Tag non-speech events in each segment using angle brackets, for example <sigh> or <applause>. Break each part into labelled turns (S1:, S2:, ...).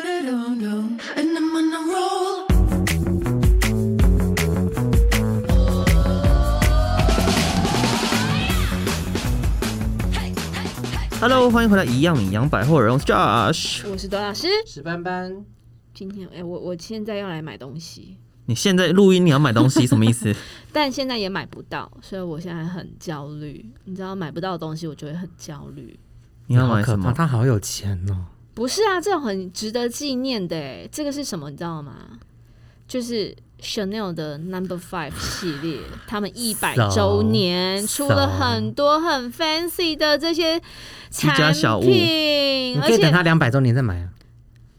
S1: And I'm on a roll.
S2: 哈喽，欢迎回来，一样米阳百货人，我是 Josh。
S3: 我是多老师。
S4: 史斑斑，
S3: 今天，哎、我我现在要来买东西，
S2: 你现在录音，你要买东西，什么意
S3: <laughs>
S2: 思？
S3: 但现在也买不到，所以我现在很焦虑。你知道，买不到东西，我就会很焦虑。
S2: 你要买
S4: 好可
S2: 什
S4: 怕
S2: 么？
S4: 他好有钱哦，
S3: 不是啊，这种很值得纪念的，哎，这个是什么？你知道吗？就是 Chanel 的 Number Five 系列，他们一百周年
S4: 骚
S3: 出了很多很 fancy 的这些
S2: 居家
S3: 产
S2: 小物
S3: 品，
S4: 你
S3: 而
S4: 可以
S3: 且
S4: 等他两百周年再买啊！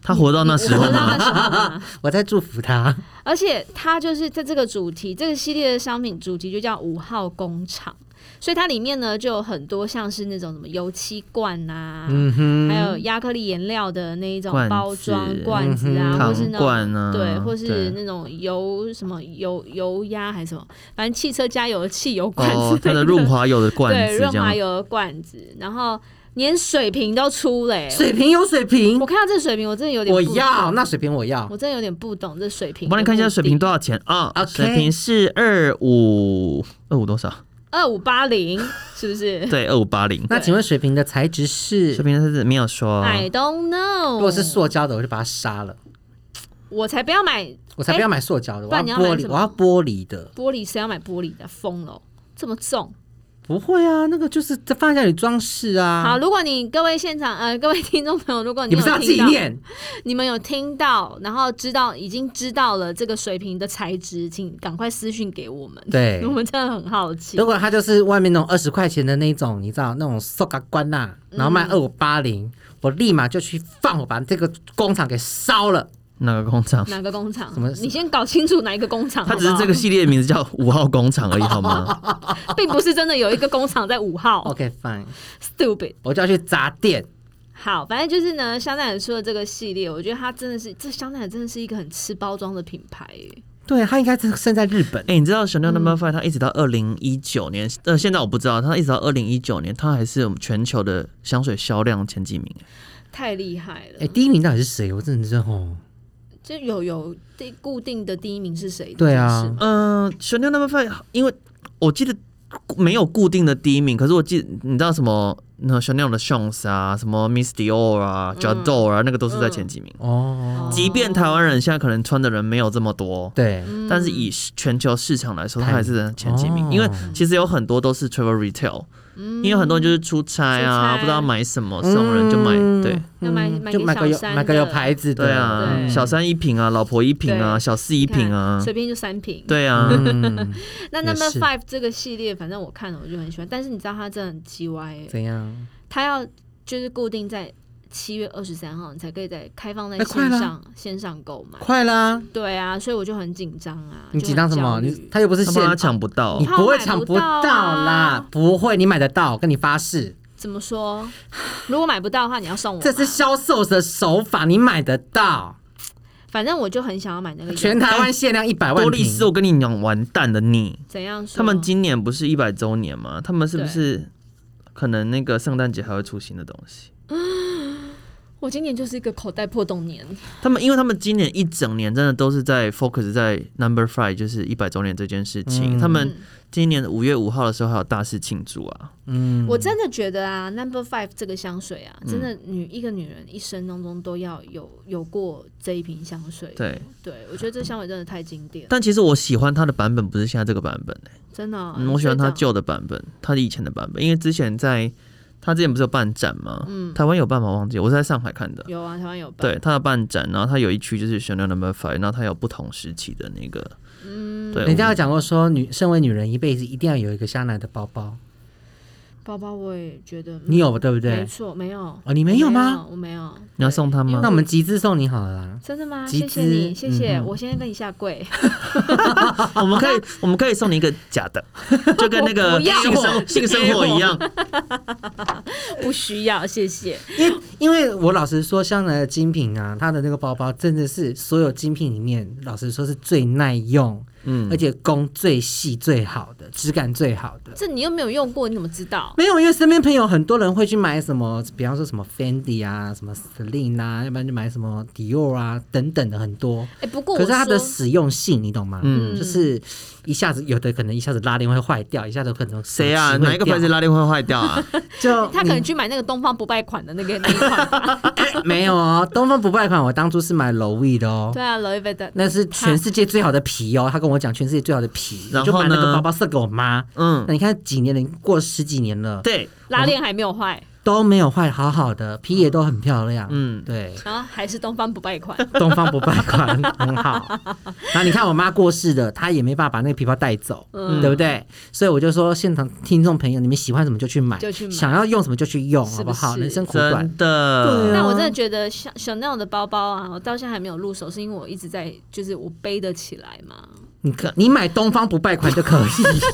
S2: 他活到那时候
S3: 我
S2: 吗？
S3: 那时候嘛
S4: 我在祝福他。
S3: 而且它就是在这个主题这个系列的商品主题就叫五号工厂，所以它里面呢就有很多像是那种什么油漆罐啊，
S4: 嗯哼，
S3: 还有亚克力颜料的那一种
S2: 罐子
S3: 包装罐子啊，
S2: 糖
S3: 或是那种。
S2: 罐啊，
S3: 对，或是
S2: 对
S3: 那种油什么油油压还是什么，反正汽车加油的汽油 <laughs> 罐之
S2: 哦，
S3: 类
S2: 他的润滑油的罐
S3: 对
S2: 子
S3: 润
S2: 这
S3: 滑
S2: 样。
S3: 油的罐子，然后连水瓶都出嘞、
S4: 水瓶有水瓶
S3: 我，看到这水瓶，我真的有点
S4: 我
S3: 不
S4: 要
S3: 懂
S4: 那水瓶我要
S3: 我。真的有点不懂这水瓶
S2: 我
S3: 的目的。
S2: 帮你看一下水瓶多少钱啊
S4: OK
S2: 水瓶是二五二五多
S3: <laughs>
S2: 少？
S3: 二五八零是不是
S4: <laughs>
S2: 对，二五八零。
S4: 那请问水瓶的材质是
S2: 水？瓶是没有说，
S3: ？I don't know。
S4: 如果是，塑胶的，我就把它杀了，
S3: 我才不要买
S4: 我才不要买塑胶的，
S3: 哦不
S4: 我
S3: 然
S4: 要
S3: 你要
S4: 玻
S3: 买
S4: 璃，
S3: 什么
S4: 我要玻璃的。
S3: 玻璃，谁要买玻璃的？疯了，这么重。
S4: 不会啊，那个就是在放在家里装饰
S3: 好，
S4: 啊。
S3: 如果你各位现场呃各位听众朋友，如果你
S4: 你不
S3: 有
S4: 是要
S3: 听
S4: 纪
S3: 到，
S4: 念？
S3: <laughs> 你们有听到，然后知道已经知道了这个水瓶的材质，请赶快私讯给我们。<laughs>
S4: 对
S3: 我们真的很好奇
S4: 如。果它就是外面那种二十块钱的那种，你知道那种塑胶罐呐，
S3: 嗯
S4: 然后卖二五八零，我立马就去放火把这个工厂给烧了。
S2: 哪个工厂？
S3: 哪个工厂
S4: 什么？
S3: 你先搞清楚哪一个工厂好
S2: 它
S3: 不
S2: 只
S3: 好， <laughs>
S2: 是这个系列名字叫五号工厂而已，好吗？
S3: 并不是真的有一个工厂在五号。
S4: OK fine，
S3: Stupid。
S4: 我就要去砸店。
S3: 好，反正就是呢，香奈儿出的这个系列，我觉得它真的是，这香奈儿真的是一个很吃包装的品牌耶。
S4: 对他应该是生在日本，
S2: 哎、你知道 Chanel Number Five 它一直到二零一九年，呃，现在我不知道，它一直到二零一九年，它还是我们全球的香水销量前几名。欸
S3: 太厉害了！
S4: 哎、第一名到底是谁？我真的是哦，
S3: 就有有定固定的第一名是谁？
S4: 对啊
S3: 这件事吗
S2: 嗯、c h a n e l Number Five，因为我记得没有固定的第一名，可是我记得你知道什么？那 Chanel 的 Shons 啊，什么 Miss Dior 啊 j a d o 啊，那个都是在前几名。
S4: 哦，
S3: 哦
S2: 即便台湾人现在可能穿的人没有这么多，
S4: 对，
S3: 嗯
S2: 但是以市全球市场来说，它
S4: 太
S2: 还是前几名。
S4: 哦
S2: 因为其实有很多都是 travel retail，、因为很多人就是出差
S3: 出
S2: 啊，
S3: 嗯差
S2: 不知道买什么，送人就买。
S4: 嗯
S2: 对，
S3: 要买
S4: 嗯
S3: 买
S4: 就
S3: 给
S4: 买
S3: 小
S4: 个有
S3: 三
S4: 买个有
S3: 的
S4: 牌子的，
S2: 对啊，
S3: 对
S2: 小三一瓶啊，老婆一瓶啊，
S3: 对
S2: 小四一
S3: 你看
S2: 瓶啊，
S3: 随便就三瓶。，
S2: 对
S3: <laughs>
S2: 啊，
S4: 嗯，
S3: 那
S4: 也
S3: Number
S4: 是
S3: Five 这个系列，反正我看了我就很喜欢，但是你知道它真的很叽歪耶，
S4: <laughs> 怎样？
S3: 它要就是固定在七月二十三号，你才可以在开放在
S4: 那快
S3: 线
S4: 啦
S3: 上线上购买。
S4: 快啦！
S3: 对啊，所以我就很紧张啊。
S4: 你
S3: 就
S4: 紧张
S3: 很
S4: 什么？
S3: 焦虑
S4: 你他又不是
S2: 他
S4: 现，
S2: 怕他抢不到
S4: 你。不会
S3: 怕买
S4: 抢
S3: 不
S4: 不
S3: 到
S4: 到啦
S3: 啊，
S4: 不会，你买得到，我跟你发誓，
S3: 怎么说？如果买不到的话，你要送我吗。
S4: 这是销售的手法，你买得到。
S3: 反正我就很想要买那个
S4: 全
S3: 油
S4: 台湾限量一百万
S2: 多
S4: 瓶，
S2: 丽丝，我跟你讲，完蛋了你！
S3: 怎样说？
S2: 他们今年不是一百周年吗？他们是不是可能那个圣诞节还会出新的东西？
S3: 我今年就是一个口袋破洞年，
S2: 他们因为他们今年一整年真的都是在 focus 在 Number Five，就是一百周年这件事情。他们今年五月五号的时候还有大肆庆祝啊！
S4: 嗯，
S3: 我真的觉得啊，Number Five 这个香水啊，真的女一个女人一生当中都要有有过这一瓶香水。
S2: 对，
S3: 对，我觉得这香水真的太经典了，
S2: 但其实我喜欢它的版本不是现在这个版本、欸
S3: 真的啊、
S2: 嗯，我喜欢它
S3: 你觉得
S2: 旧的版本，它以前的版本，因为之前在它之前不是有办展吗？台湾有办吗？忘记了，我是在上海看的。
S3: 有啊，台湾有吧？
S2: 嗯对，它的办展，然后它有一区就是 Chanel Number Five，然后它有不同时期的那个，嗯，对，
S4: 人家有讲过说，女身为女人一辈子一定要有一个香奈儿的包包，
S3: 包包我也觉得，嗯
S4: 你有对不
S3: 没
S4: 对？
S3: 错，没有
S4: 哦你
S3: 没
S4: 没有吗？
S3: 我没有，
S2: 你要送他吗
S4: 那我们集资送你好了啦。
S3: 真的吗？
S4: 集
S3: 谢谢
S4: 资嗯
S3: 你，谢谢，我先跟你下跪。 <laughs>
S2: <laughs> 我们可以，我们可以送你一个假的， <laughs> 就跟那
S3: 我
S2: 个
S3: <laughs> 不要
S2: 性生性生活一样。
S3: 不需要，谢谢。
S4: 因为因为我老实说，香奈儿精品啊，它的那个包包真的是所有精品里面，老实说是最耐用，嗯，而且工最细最好的，质感最好的。
S3: 这你又没有用过，你怎么知道？
S4: 没有，因为身边朋友很多人会去买什么，比方说什么 Fendi 啊，什么 Celine 啊，要不然就买什么 Dior 啊等等的很多。
S3: 哎、不过我
S4: 可是它的
S3: 说
S4: 使用性，你懂吗？嗯，就是一下子有的可能一下子拉链会坏掉，一下子可能
S2: 谁啊？
S4: 手指会
S2: 哪一个牌子
S4: 掉？
S2: 拉链会坏掉
S3: <laughs>
S2: 啊？
S4: 就
S3: 他可能
S4: 你
S3: 去买那个东方不败款的那个那一款吧，
S4: 哎没有哦，东方不败款我当初是买 Loewe 的哦。
S3: 对啊 l o u i v t
S4: 那是全世界最好的皮哦，他跟我讲全世界最好的皮，
S2: 然
S4: 我
S2: 后
S4: 就
S2: 呢
S4: 买那个包包送给我妈。
S2: 嗯
S4: 那你看几年了，过了十几年了，
S2: 对，
S3: 拉链还没有坏，
S4: 都没有坏，好好的，皮也都很漂亮。
S2: 嗯
S4: 嗯，对，
S3: 然后还是东方不败 <laughs> 款，
S4: 东方不败款很 <laughs> 好。然后你看我妈过世的，她也没办法把那个皮包带走，
S3: 嗯
S4: 对不对？所以我就说，现场听众朋友，你们喜欢什么就去买，
S3: 就去买
S4: 想要用什么就去用，
S3: 是
S4: 好
S3: 不
S4: 不好？
S3: 是
S4: 人生苦短
S2: 真，的，
S4: 对啊
S3: 但我真的觉得像 Chanel 的包包啊，我到现在还没有入手，是因为我一直在，就是我背得起来嘛。
S4: 你可你买东方不败款就可以。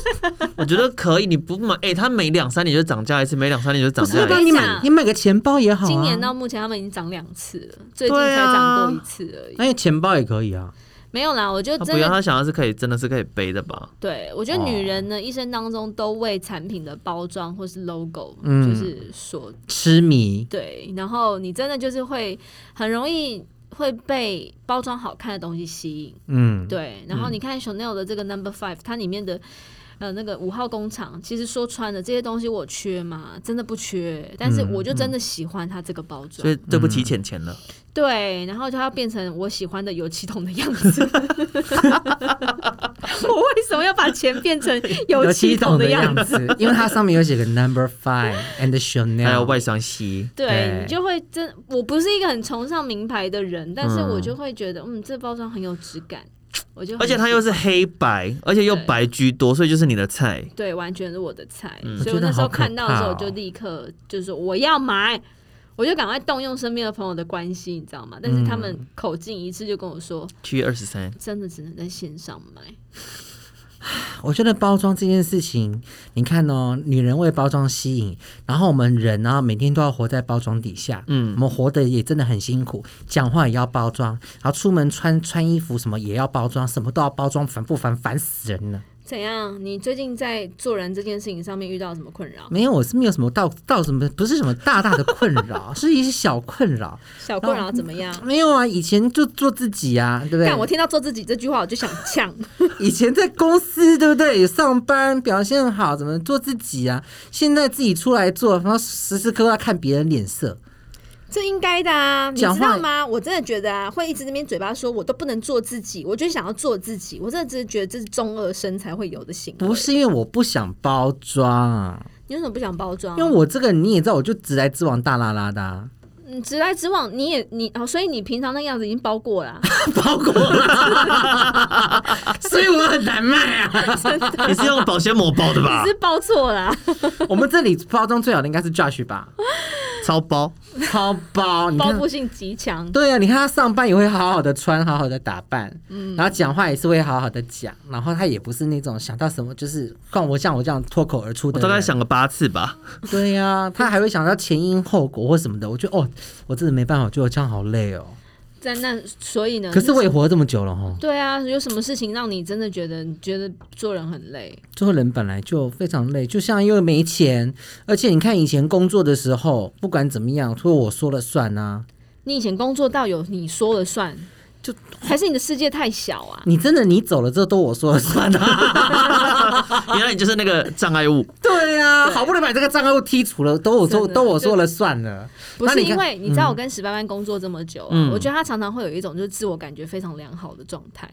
S4: <laughs>
S2: 我觉得可以。你不买，哎，它每两三年就涨价一次，每两三年就涨
S4: 不
S2: 价
S4: 是，
S2: 一次。
S4: 不然你买你买个钱包也好、啊。
S3: 今年到目前他们已经涨两次了，最近
S2: 对
S3: 才
S2: 啊
S3: 涨过一次而已。
S4: 那个哎钱包也可以啊。
S3: 没有啦，我就
S2: 他
S3: 真
S2: 不要，
S3: 的
S2: 他想要是可以，真的是可以背的吧？
S3: 对我觉得女人呢，一生当中都为产品的包装或是 logo，、
S4: 嗯
S3: 就是所
S4: 痴迷，
S3: 对，然后你真的就是会很容易会被包装好看的东西吸引。
S4: 嗯，
S3: 对，然后你看 Chanel 的这个 Number Five，它里面的呃那个五号工厂，其实说穿了这些东西我缺嘛，真的不缺，但是我就真的喜欢它这个包装。
S2: 所以对不起浅浅了，
S3: 对，然后就要变成我喜欢的油漆桶的样子。 <laughs> 我为什么要把钱变成油
S4: 有
S3: 漆
S4: 七
S3: 桶
S4: 种
S3: 的
S4: 的
S3: 样
S4: 样
S3: 子？
S4: 子，因为它上面有写个 number five and
S2: 还有
S4: Chanel，
S2: 外双膝，
S3: 对
S4: 对
S3: 你就会真，我不是一个很崇尚名牌的人，但是我
S2: 嗯
S3: 就会觉得，嗯，这包装很有质感，我就
S2: 而且它
S3: 他
S2: 又是黑白，而且又
S3: 对
S2: 白居多，所以就是你的菜。
S3: 对，完全是我的菜，
S2: 嗯
S3: 所以
S4: 我觉得
S3: 那时候
S4: 好可
S3: 看到的时候，
S4: 怕
S3: 我
S4: 哦
S3: 就立刻就说我要买，我就赶快动用身边的朋友的关系，你知道吗？但是他
S4: 嗯
S3: 们口径一致就跟我说，
S2: 七月二十三，
S3: 真的只能在线上买。
S4: 我觉得包装这件事情，你看哦，女人为包装吸引，然后我们人啊，每天都要活在包装底下，嗯，我们活得也真的很辛苦，讲话也要包装，然后出门穿穿衣服什么也要包装，什么都要包装，烦不烦？烦死人了。
S3: 怎样？你最近在做人这件事情上面遇到什么困扰？
S4: 没有，我是没有什么到到什么，不是什么大大的困扰，是一些小困扰。
S3: 小困扰怎么样？
S4: 没有啊，以前就做自己啊， <laughs> 对不对？
S3: 但我听到“做自己”这句话，我就想呛。
S4: <laughs>
S3: <laughs>
S4: 以前在公司对不对？有上班表现好，怎么做自己啊？现在自己出来做，然后时时刻刻要看别人脸色。
S3: 这应该的啊，你
S4: 讲
S3: 知
S4: 话
S3: 道吗？我真的觉得啊，会一直那边嘴巴说我都不能做自己，我就想要做自己，我真的只是觉得这是中二生才会有的行为。
S4: 不，是因为我不想包装啊，
S3: 你为什么不想包装？啊
S4: 因为我这个人你也知道，我就直来直往大拉拉的、啊，
S3: 嗯，直来直往，你也你哦，所以你平常那样子已经包过了啊、
S4: 包裹啦 <laughs> 所以我很难卖啊。
S2: 你是用保鲜膜包的吧
S3: <laughs> 你？是包错了啊、
S4: 我们这里包装最好的应该是 Josh 吧，
S2: 超包，
S4: 超包，你
S3: 包
S4: 看
S3: 覆。性极强。
S4: 对啊，你看他上班也会好好的穿，好好的打扮，嗯，然后讲话也是会好好的讲，然后他也不是那种想到什么就是像我像我这样脱口而出
S2: 我
S4: 的。
S2: 大概，想了八次
S3: <laughs>
S2: 吧。
S4: 对呀、他还会想到前因后果或什么的。我觉得哦，我真的没办法，我觉得我这样好累哦。
S3: 但那所以呢？
S4: 可是我也活了这么久了哈，
S3: 对啊，有什么事情让你真的觉得你觉得做人很累？
S4: 做人本来就非常累，就像又没钱，而且你看以前工作的时候，不管怎么样，都是我说了算啊。
S3: 你以前工作到有你说了算，
S4: 就
S3: 还是你的世界太小啊？
S4: 你真的你走了之后都我说了算啊。
S2: 原来你就是那个障碍物，
S4: 对啊，好不容易把这个账号剔除了，都我说
S3: 真的
S4: 都我说了算了。
S3: 不
S4: 那
S3: 是
S4: 你看嗯
S3: 因为你知道我跟史班班工作这么久、啊，我觉得他常常会有一种就是自我感觉非常良好的状态，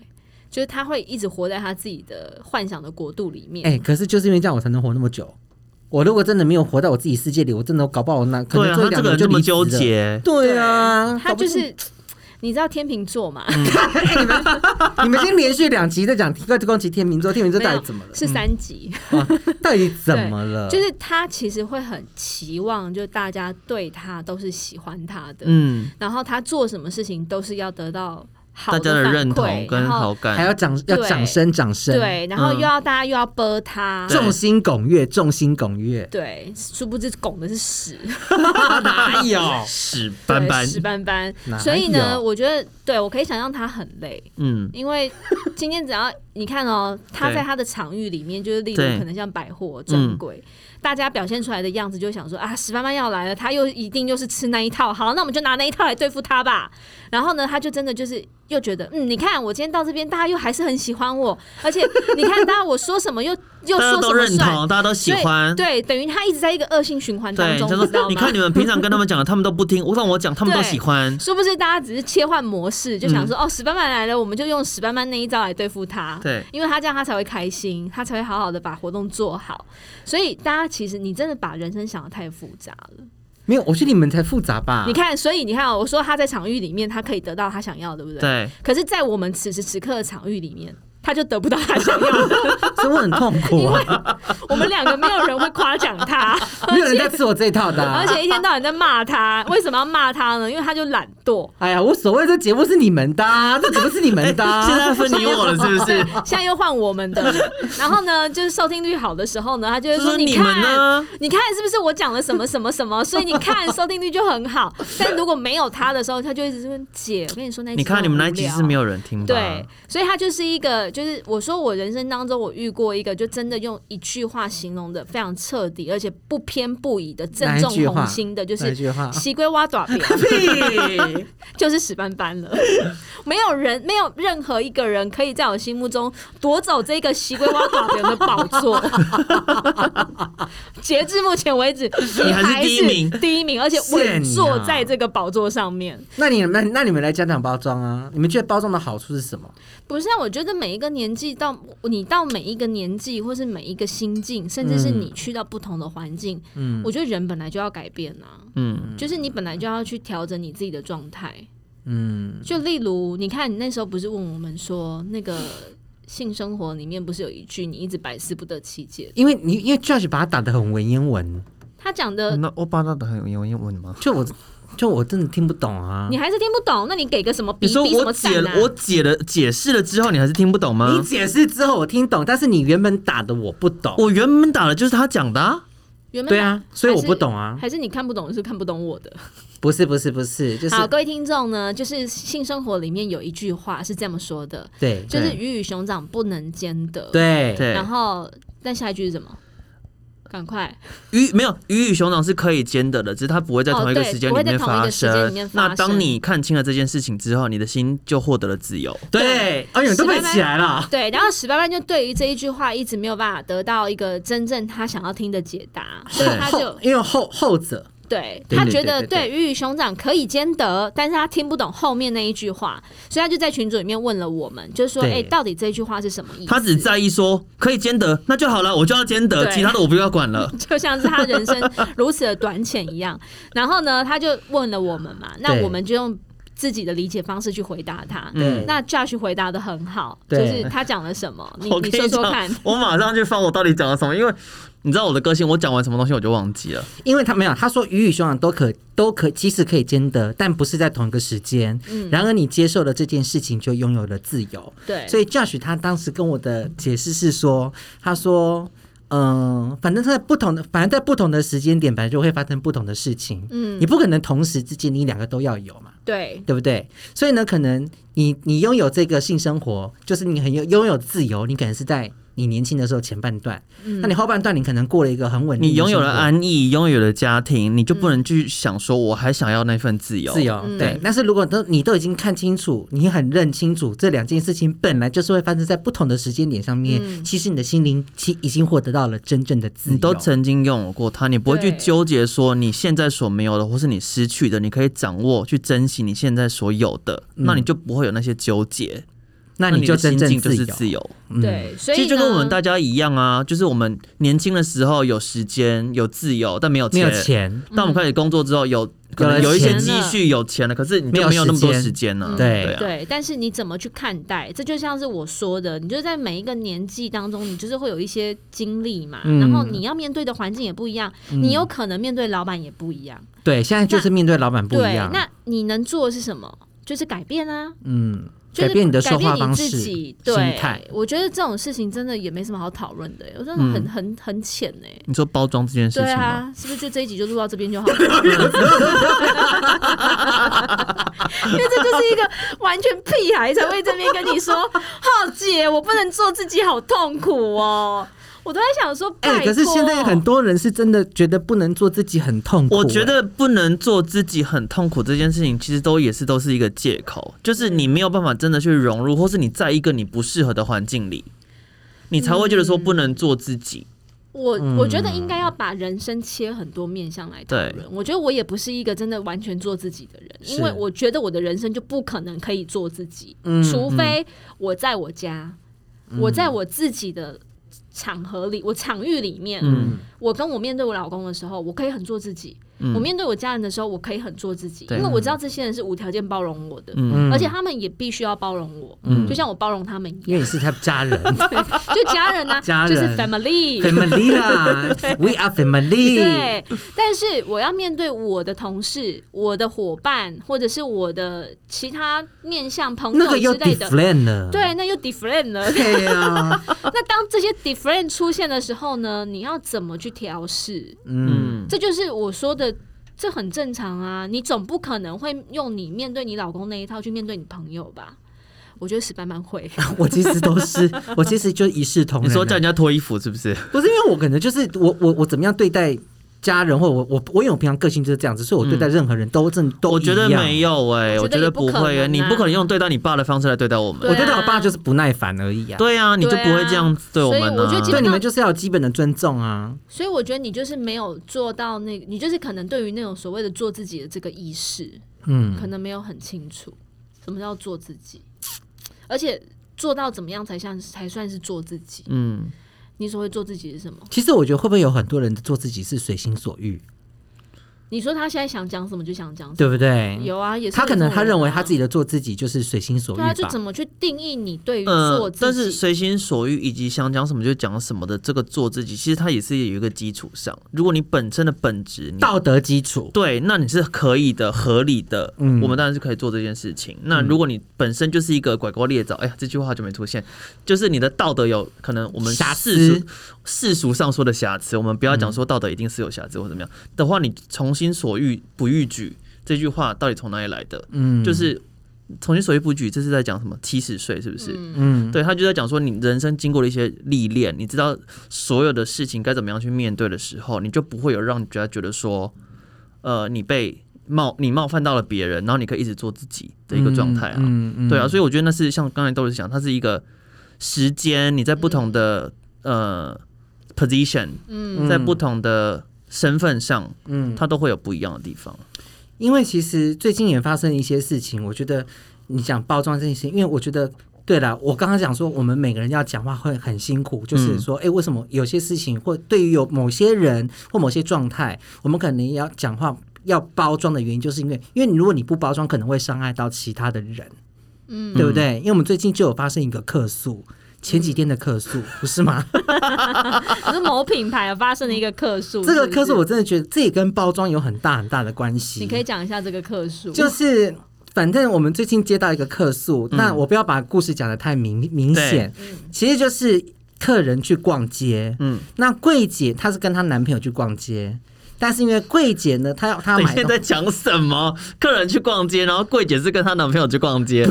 S3: 就是他会一直活在他自己的幻想的国度里面。
S4: 哎、可是就是因为这样，我才能活那么久。我如果真的没有活在我自己世界里，我真的搞不好我那可
S2: 对
S4: 能
S2: 啊，
S4: 做
S2: 他
S4: 一
S2: 这
S4: 两
S2: 个
S4: 年
S2: 人
S4: 就
S2: 这么
S4: 离职
S2: 纠
S4: 了。
S2: 结，
S4: 对啊，
S3: 他就是。你知道天秤座嘛？
S4: 嗯你们先连续两集
S3: <laughs>
S4: 在讲怪宫崎天秤座，天秤座
S3: 没有
S4: 到底怎么了？嗯
S3: 是三级，
S4: 到底怎么
S2: 呃
S4: 了？
S3: 就是他其实会很期望，就大家对他都是喜欢他的，
S2: 嗯，
S3: 然后他做什么事情都是要得到好
S2: 大家的
S3: 反
S2: 认同
S3: 馈
S2: 跟
S3: 然后
S2: 好感，
S4: 还要掌要
S3: 对
S4: 掌声掌声，，
S3: 对，然后
S2: 嗯
S3: 又要大家又要啵他，
S2: 对
S4: 众星拱月，众星拱月，
S3: 对，殊不知拱的
S2: <laughs>
S3: 是屎，
S4: 哪有？
S2: 屎斑
S3: 对，
S2: 斑，
S3: 屎斑斑
S4: 哪。
S3: 所以呢，
S4: 有
S3: 我觉得对我可以想象他很累，
S2: 嗯，
S3: 因为今天只要你看
S2: <laughs>
S3: 哦，他
S2: 对
S3: 在他的场域里面，就是例如
S2: 对嗯
S3: 可能像百货专柜，大家表现出来的样子，就想说啊，史班班要来了，他又一定又是吃那一套，好，那我们就拿那一套来对付他吧。然后呢，他就真的就是又觉得，嗯，你看我今天到这边，大家又还是很喜欢我，而且你看大家我说什么又又
S2: 大家
S3: 说什
S2: 都
S3: 么
S2: 认
S3: 帅。
S2: 同，大家都喜欢，
S3: 对，等于他一直在一个恶性循环当
S2: 对，
S3: 中，
S2: 他
S3: 知道
S2: 说
S3: 吗？
S2: 你看你们平常跟他们讲
S3: <laughs>
S2: 的，他们都不听，我让我讲，他们都
S3: 对
S2: 喜欢，
S3: 是不是大家只是切换模式，就想说、哦，史班班来了，我们就用史班班那一招来对付他。
S2: 对
S3: 因为他这样他才会开心，他才会好好的把活动做好。所以大家其实你真的把人生想的太复杂了。
S4: <laughs> 没有，我觉得你们才复杂吧？
S3: 你看，所以你看哦，我说他在场域里面他可以得到他想要的，对不对？。
S2: 对，
S3: 可是，在我们此时此刻的场域里面，他就得不到他想要的。
S4: 真的很痛
S3: <laughs>
S4: 苦啊，
S3: 我们两个没有人会夸奖他，
S4: 没有人在吃我这一套的啊、
S3: 而且一天到晚在骂他。为什么要骂他呢？因为他就懒惰。
S4: 哎呀，无所谓，这节目是你们的、啊，这节目是你们的、啊。
S2: 现在分你我了，是不是？
S3: 现在又换我们的
S2: <laughs>
S3: 了，然后呢，就是收听率好的时候呢，他就会
S2: 就说
S3: 说：“
S2: 你
S3: 看，
S2: 们呢
S3: 你看是不是我讲了什么什么
S2: <laughs>
S3: 什么？所以你看收听率就很好。但如果没有他的时候，他就一直说：‘姐，我跟你说那一集
S2: 你看你们那一集是没
S3: 有
S2: 有人听吧？
S3: 对，所以他就是一个，就是我说我人生当中我遇过一个，就真的用一句话形容的非常彻底，而且不偏不倚的正中
S4: 哪一句话
S3: 红心的，就
S4: 哪一
S3: 是
S4: 句话
S3: 西龟挖 <laughs> 短片。”
S4: 屁！
S3: 就是史斑斑了，没有人，没有任何一个人可以在我心目中夺走这个西龟蛙寡人的宝 <laughs> 座。截至目前为止，
S2: 你
S3: 你
S2: 还是第一名
S3: 第一名，而且
S4: 是
S3: 稳
S4: 你啊
S3: 坐在这个宝座上面。
S4: <laughs> 那你们那你们来讲讲包装啊？你们觉得包装的好处是什么？
S3: 不是啊，我觉得每一个年纪到你到每一个年纪，或是每一个心境，甚至是你去到不同的环境，
S4: 嗯
S3: 我觉得人本来就要改变啊，
S2: 嗯，
S3: 就是你本来就要去调整你自己的状态。
S4: 嗯，
S3: 就例如，你看你那时候不是问我们说，那个性生活里面不是有一句你一直百思不得其解？
S4: 因为你因为 Josh 把它打得很文言文，
S3: 他讲的
S4: 嗯
S2: 那欧巴那的很有英文吗？
S4: 就我就我真的听不懂啊。
S3: 你还是听不懂，那你给个什么
S2: 你
S3: 比
S2: 说
S3: 比什
S2: 我
S3: 么
S2: 解
S3: 赞
S2: 了
S3: 啊？
S2: 我解了解释了之后，你还是听不懂
S4: 你
S2: 吗？
S4: 解释之后我听懂，但是你原本打的我不懂。
S2: 我原本打的就是他讲的、啊，
S3: 原本
S4: 对啊，所以我不懂
S3: 还
S4: 啊
S3: 是。。还是你看不懂是看不懂我的。
S4: 不是不是不是，就是
S3: 好，各位听众呢，就是性生活里面有一句话是这么说的，
S4: 对
S3: 就是
S2: 对
S3: 鱼与熊掌不能兼得。。
S4: 对
S2: 对
S3: 然后，但下一句是什么？赶快！
S2: 鱼没有鱼与熊掌是可以兼得的，只是它不会在
S3: 哦
S2: 同一个
S3: 对
S2: 时间
S3: 不
S2: 里
S3: 会在
S2: 面
S3: 同一
S2: 发
S3: 个时间里面
S2: 生。
S3: 发
S2: 那当
S3: 生
S2: 你看清了这件事情之后，你的心就获得了自由。
S4: 对，哎呦，你都背起来了。
S3: 对，然后史班班就对于这一句话一直没有办法得到一个真正他想要听的解答，所以他就
S4: 后因为后后者
S3: 对
S4: 对
S3: 他
S4: 对
S3: 觉
S4: 对
S3: 得
S4: 对
S3: 对
S4: 对
S3: 鱼与熊掌可以兼得，但是他听不懂后面那一句话，所以他就在群组里面问了我们，就是说，
S4: 对
S3: 哎、到底这句话是什么意思？
S2: 他只在意说可以兼得，那就好了，我就要兼得，
S3: 对
S2: 其他的我不要管了。
S3: 就像是他人生如此的短浅一样。然后呢，他就问了我们嘛，那
S4: 对
S3: 我们就用自己的理解方式去回答他。
S2: 嗯
S4: 对
S3: 那 Josh 回答的很好，就
S4: 对
S3: 是他讲了什么， <laughs>
S2: <laughs>
S3: 你
S2: 我
S3: 你
S2: 跟
S3: 说说
S2: 讲
S3: 看。
S2: 我马上去翻我到底讲了什么，因为你知道我的个性，我讲完什么东西我就忘记了。
S4: 因为他没有，他说鱼与熊掌都可都可，其实可以兼得，但不是在同一个时间。然而你接受了这件事情，就拥有了自由。
S3: 嗯对，
S4: 所以 Josh 他当时跟我的解释是说，他说，嗯、反正在不同的，反正在不同的时间点，本来就会发生不同的事情。
S3: 嗯
S4: 你不可能同时之间你两个都要有嘛，
S3: 对，
S4: 对不对？所以呢，可能你你拥有这个性生活，就是你很有拥有自由，你可能是在你年轻的时候前半段，
S3: 嗯
S4: 那你后半段你可能过了一个很稳定
S2: 你
S4: 的
S2: 拥有
S4: 生
S2: 了
S4: 活
S2: 安逸，拥有了家庭，你就不
S3: 嗯
S2: 能去想说我还想要那份自由。
S4: 自由，对。但是如果都你都已经看清楚，你很认清楚这两件事情本来就是会发生在不同的时间点上面，
S3: 嗯
S4: 其实你的心灵其已经获得到了真正的自由。
S2: 你都曾经拥有过它，你不会去
S3: 对
S2: 纠结说你现在所没有的，或是你失去的，你可以掌握去珍惜你现在所有的，那你就不会有那些纠结，
S4: 嗯那
S2: 你
S4: 你就
S2: 的
S4: 真
S2: 心
S4: 正
S2: 境就
S4: 自
S2: 是
S4: 由。
S2: 自由。
S3: 对，所
S2: 嗯
S3: 以
S2: 其实就跟我们
S3: 呢
S2: 大家一样啊，就是我们年轻的时候有时间、有自由，但没有钱。
S4: 没有钱，嗯
S2: 当我们开始工作之后，有可能
S4: 有
S2: 有
S4: 了
S2: 一些
S4: 钱
S2: 积
S3: 了
S2: 蓄、有钱了，可是你就没
S4: 没
S2: 有
S4: 有
S2: 那么多
S4: 时间
S2: 时间呢、
S3: 嗯
S4: 对
S2: 对啊，
S3: 对，但是你怎么去看待？这就像是我说的，你就在每一个年纪当中，你就是会有一些经历嘛，
S2: 嗯
S3: 然后你要面对的环境也不一样，你有可能面对老板也不一样。
S4: 对，现在就是面对老板不一
S3: 对
S4: 样，。
S3: 那你能做的是什么？就是改变啊，
S4: 嗯，
S3: 就是
S4: 改变你的说
S3: 改变
S4: 话
S3: 你
S4: 方
S3: 自
S4: 式、
S3: 己
S4: 心
S3: 对
S4: 态，
S3: 我觉得这种事情真的也没什么好讨论的、我真的
S4: 嗯
S3: 很、很很浅哎、
S2: 你说包装这件事
S3: 对
S2: 情吗？
S3: 啊，是不是就这一集就录到这边就好了？ <laughs> 因为这就是一个完全屁孩才会这边跟你说，浩姐，我不能做自己，好痛苦哦。我都在想说，
S4: 哎、
S3: 拜托
S4: 可是现在很多人是真的觉得不能做自己很痛苦、
S2: 我觉
S4: 哎
S2: 得不能做自己很痛苦这件事情，其实都也是都是一个借口，就是你没有办法真的去融入，或是你在一个你不适合的环境里，你才会觉得说不能做自己。
S3: 我我觉得应该要把人生切很多面向来讨
S2: 对
S3: 论。我觉得我也不是一个真的完全做自己的人，
S4: 是
S3: 因为我觉得我的人生就不可能可以做自己，除非我在我家，我在我自己的场合里，我场域里面，我跟我面对我老公的时候，我可以很做自己；我面对我家人的时候，我可以很做自己，
S2: 对
S3: 因为我知道这些人是无条件包容我的，
S2: 嗯
S3: 而且他们也必须要包容我，就像我包容他们一样， <laughs>
S4: 因为你是他家人
S3: 就家人啊，
S4: 家
S3: 就是
S4: 人
S3: family。
S4: ，family
S3: <laughs>
S4: 啦，we are family，
S3: 对，
S4: 嗯
S3: 但是我要面对我的同事、我的伙伴，或者是我的其他面向朋
S4: 那
S3: 友
S4: 个又
S3: 之类的。
S4: different 了，
S3: 对，那又 different 了。<laughs>
S4: <laughs> 对啊，
S3: 那当这些 different 出现的时候呢，你要怎么去调试？
S4: 嗯，
S3: 这就是我说的，这很正常啊。你总不可能会用你面对你老公那一套去面对你朋友吧？我觉得史班班会，
S4: <laughs>
S3: <laughs>
S4: 我其实都
S2: <laughs>
S4: 是，我其实就一视同
S2: 你
S4: 仁啊。
S2: 说叫人家脱衣服是不是？
S4: 不是因为我可能就是我我我怎么样对待家人，或我我我因为我平常个性就是这样子，所以我对待任何人都正、都
S2: 嗯我觉得
S4: 一样
S2: 没，有哎、
S3: 我
S2: 我觉
S3: 觉得也
S2: 得
S3: 不
S2: 不
S3: 可
S2: 会、
S3: 能
S2: 欸，
S3: 啊
S2: 你不可能用对待你爸的方式来对待我
S3: 对
S2: 们。
S4: 我对待
S3: 啊
S4: 我爸就是不耐烦而已啊。
S2: 对啊，你就
S3: 对啊
S2: 不会这样子对我们啊
S3: 所以我觉
S2: 呢、
S3: 得基
S4: 对
S3: 本
S4: 你们就是要有基本的尊重啊。
S3: 所以我觉得你就是没有做到那个，你就是可能对于那种所谓的做自己的这个意识，
S4: 嗯，
S3: 可能没有很清楚什么叫做自己，而且做到怎么样才像才算是做自己？
S2: 嗯，
S3: 你所谓做自己是什么？
S4: 其实我觉得会不会有很多人做自己是随心所欲，
S3: 你说他现在想讲什么就想讲什
S4: 对不对
S3: 么，？有啊，也是
S4: 他可能他认为他自
S3: 己
S4: 己的做自己就是随心所欲
S3: 对
S4: 吧嗯
S3: 啊，就。怎么去定义你对于做
S2: 呃，
S3: 自己？
S2: 但是
S3: <laughs>
S2: 随心所欲以及想讲什么就讲什么的这个做自己，其实它也是有一个基础上。如果你本身的本质，你
S4: 道德基础，
S2: 对，那你是可以的、合理的，
S4: 嗯
S2: 我们当然是可以做这件事情。那如果你本身就是一个拐瓜裂枣，哎呀，这句话好久没出现，就是你的道德有可能我们
S4: 瑕
S2: 世
S4: 疵
S2: 俗世俗上说的瑕疵，我们不要讲说道德一定是有瑕疵或怎么样的话，你从心所欲不逾矩这句话到底从哪里来的？
S4: 嗯，
S2: 就是从心所欲不矩，这是在讲什么？七十岁是不是？
S4: 嗯，
S2: 对他就在讲说，你人生经过了一些历练，你知道所有的事情该怎么样去面对的时候，你就不会有让人家觉得说，呃，你被冒你冒犯到了别人，然后你可以一直做自己的一个状态啊。
S4: 嗯嗯
S2: 对啊，所以我觉得那是像刚才豆子讲，它是一个时间，你在不同的、呃 position，
S3: 嗯
S2: 在不同的身份上，
S4: 嗯
S2: 它都会有不一样的地方。
S4: 因为其实最近也发生一些事情，我觉得你讲包装这件事情，因为我觉得。对了，我刚刚讲说，我们每个人要讲话会很辛苦，就是说，哎、为什么有些事情或对于有某些人或某些状态，我们可能要讲话要包装的原因，就是因为，因为你如果你不包装，可能会伤害到其他的人，
S3: 嗯，
S4: 对不对？因为我们最近就有发生一个客诉，前几天的客诉，不是吗？
S3: 可啊是某品牌发生了一个客数，
S4: 这个
S3: 是 <laughs> 不
S4: 客诉
S3: 是
S4: 我真的觉得这也跟包装有很大很大的关系。
S3: 你可以讲一下这个客数，
S4: 就是反正我们最近接到一个客诉，
S2: 嗯
S4: 那我不要把故事讲得太明明显，其实就是客人去逛街，嗯
S2: 嗯，
S4: 那柜姐她是跟她男朋友去逛街，但是因为柜姐呢，她要她要
S2: 你
S4: 买
S2: 现
S4: 东
S2: 在讲什么？客人去逛街，然后柜姐是跟她男朋友去逛街，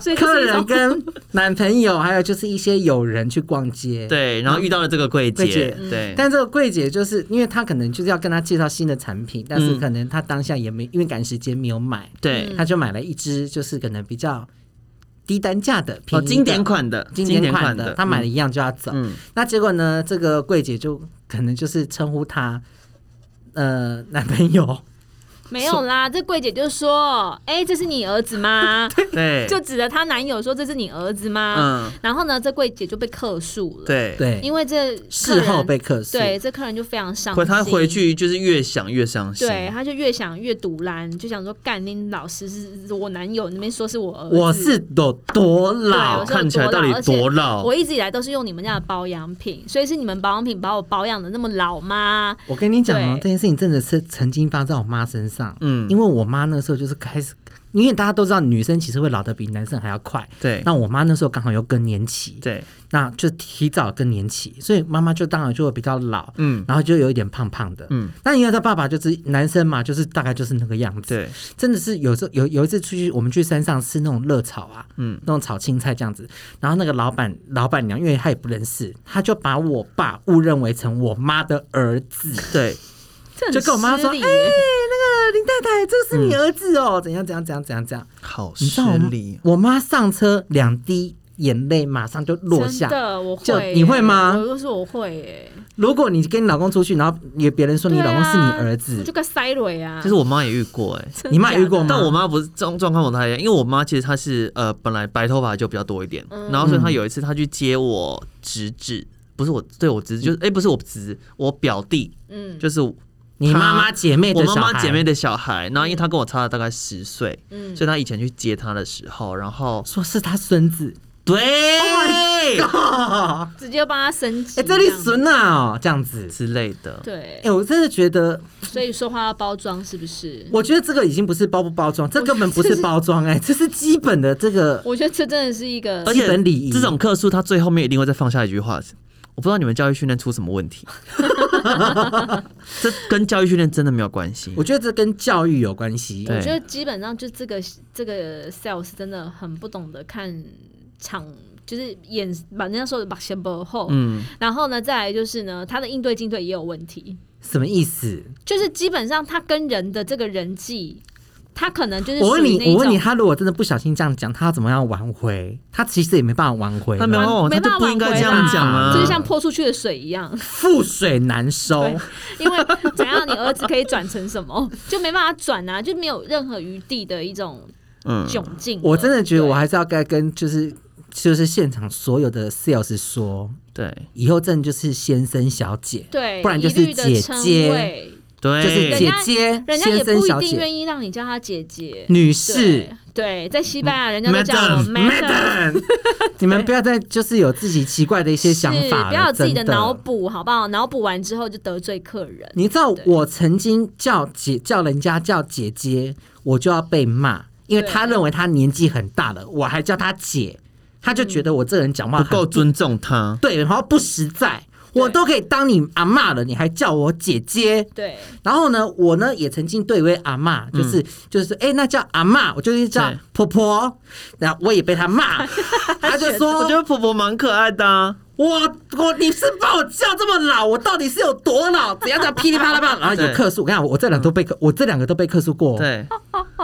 S3: 所以这
S4: 客
S3: 是一
S4: 人
S3: 种
S4: 跟男朋友还有就是一些友人去逛街，。
S2: 对，然后遇到了这个柜
S4: 柜姐嗯
S2: 姐，对，
S4: 但这个柜姐就是因为她可能就是要跟她介绍新的产品，但是可能她当下也没因为赶时间没有买，
S2: 嗯对，哦
S4: 她就买了一支就是可能比较低单价的便
S2: 哦，
S4: 宜的
S2: 经典款的，
S4: 经典款
S2: 款
S4: 的，他买了一样就要走。
S2: 嗯，
S4: 那结果呢，这个柜姐就可能就是称呼他呃 <laughs> 男朋友，
S3: 没有啦。这柜姐就说：“哎、这是你儿子吗？”
S2: 嗯对，
S3: 就指着她男友说：“这是你儿子吗？”
S2: 嗯，
S3: 然后呢，这柜姐就被客诉了，
S2: 对，
S4: 对，
S3: 因为这
S4: 事
S3: 客
S4: 后
S3: 人
S4: 被客诉，
S3: 对这客人就非常伤
S2: 回
S3: 心，
S2: 他回。去就是越想越伤心，
S3: 对，他就越想越堵拦，就想说干你老师是我男友那边说是我儿子，
S4: 我是有多老
S3: 我是有
S2: 看起来到底多老
S3: 我？一直以来都是用你们家的保养品，所以是你们保养品把我保养的那么老吗？
S4: 我跟你讲哦，
S3: 对
S4: 这件事情真的是曾经发生在我妈身上，
S2: 嗯
S4: 因为我妈那时候就是开始因为大家都知道女生其实会老得比男生还要快。
S2: 对
S4: 那我妈那时候刚好有更年期，
S2: 对，
S4: 那就提早更年期，所以妈妈就当然就会比较老，
S2: 嗯
S4: 然后就有一点胖胖的。
S2: 嗯，
S4: 那因为他爸爸就是男生嘛，就是大概就是那个样子。，
S2: 对，
S4: 真的是有时候有有一次出去，我们去山上吃那种热炒啊，
S2: 嗯
S4: 那种炒青菜这样子。然后那个老板老板娘，因为她也不认识，她就把我爸误认为成我妈的儿子。
S2: 对，
S3: 这很
S4: 就跟我妈说
S3: 失
S2: 嗯
S3: 礼
S4: 哎
S3: 耶
S4: 那个林太太，这个是你儿子哦，怎样怎样怎样怎样怎样。
S2: 好
S4: 你知道我
S2: 失
S4: 妈
S2: 礼，
S4: 我妈上车两滴眼泪马上就落下。
S3: 真的，我会
S4: 就
S3: 耶，
S4: 你会吗
S3: 我就说我会耶，
S4: 如果你跟你老公出去，然后也别人说你
S3: 对
S4: 老公是你儿
S3: 啊、
S4: 子
S3: 我就，跟塞蕊啊，
S2: 就是我妈也遇过哎。
S3: 真
S4: 你妈也
S3: 假
S4: 遇
S3: 的
S4: 过吗
S2: 但我妈不是状状况不太一样，因为我妈其实她是呃本来白头发就比较多一点，
S4: 嗯
S2: 然后所以她有一次她去接我侄子，不是我对我侄子
S4: 嗯
S2: 就是哎、不是我侄子，我表弟
S3: 嗯
S2: 就是
S4: 你妈妈姐妹
S2: 我
S4: 的哎小
S2: 妈
S4: 孩，
S2: 妈姐妹的小孩，然后因为她跟我差了大概十岁，
S3: 嗯，
S2: 所以她以前去接她的时候，然后
S4: 说是他孙子。
S2: 对、
S4: 哦
S3: 直接帮他升级。
S4: 哎、这里
S3: 样
S4: 孙啊、哦，这样子。
S2: 之类的，
S3: 对
S4: 哎、，我真的觉得，
S3: 所以说话要包装，是不是？
S4: 我觉得这个已经不是包不包装，这根本不
S3: 这
S4: 是
S3: 是
S4: 包装，哎，这是基本的这个。
S3: 我觉得这真的是一个，
S2: 而且
S4: 基本礼仪
S2: 这种客诉她最后面一定会再放下一句话，我不知道你们教育训练出什么问题，这跟教育训练真的没有关系
S4: 我。觉得这跟教育有关系。
S2: 对
S3: 我觉得基本上就这个这个 sales 真的很不懂得看场，就是眼把人家说的把先不后，
S2: 嗯，
S3: 然后呢，再来就是呢，他的应对进退也有问题，
S4: 什么意思？
S3: 就是基本上他跟人的这个人际，他可能就是
S4: 我问
S3: 属于
S4: 你
S3: 那，一种
S4: 我问你，他如果真的不小心这样讲，他要怎么样挽回？他其实也没办法挽回，
S2: 他没有办法挽回，
S3: 没
S2: 他就
S3: 办法
S2: 不应该这
S3: 挽
S2: 样
S3: 回啦
S2: 讲啊，
S3: 就是像泼出去的水一样，
S4: 覆水难收
S3: 对。因为怎样，你儿子可以转成什么， <laughs> 就没办法转啊，就没有任何余地的一种
S2: 嗯
S3: 窘境了。
S4: 我真的觉得我
S3: 对
S4: 还是要该跟就是就是现场所有的 sales 说，
S2: 对
S4: 以后真的就是先生小姐，
S3: 对，
S4: 不然就是
S3: 一律的
S4: 姐
S3: 称
S4: 姐
S3: 谓
S2: 对，
S4: 就是
S3: 人
S4: 姐
S3: 家
S4: 姐、
S3: 人家
S4: 先
S3: 也
S4: 生
S3: 不一
S4: 小
S3: 定
S4: 姐、
S3: 愿意让你叫她姐姐。
S4: 女
S3: 对
S4: 士。
S3: 对，在西班牙人家都叫我嗯 madam，
S4: Madam，你们不要再就是有自己奇怪的一些想
S3: 是
S4: 法了，
S3: 不要有自己的
S4: 真
S3: 脑补，好不好？脑补完之后就得罪客人。
S4: 你知道
S3: 对
S4: 我曾经叫姐叫人家叫姐姐，我就要被骂，因为
S3: 对
S4: 他认为他年纪很大了，我还叫他姐，他就
S3: 嗯
S4: 觉得我这人讲话
S2: 不
S4: 很
S2: 够尊重他。
S4: 对，然后不实在。
S3: 对
S4: 我都可以当你阿嬷了，你还叫我姐姐。
S3: 对，
S4: 然后呢，我呢也曾经对一位阿嬷，就是、就是哎、诶那叫阿嬷，我就是叫
S2: 对
S4: 婆婆。然后我也被她骂，她就说，
S2: 我觉得婆婆蛮可爱的、啊，
S4: 我我你是把我叫这么老，我到底是有多老？怎样怎样噼里啪啦啪啦，然后
S2: 对嗯
S4: 有客诉。我跟你看，我这两个都被客，我这两个都被客诉过。，
S2: 对。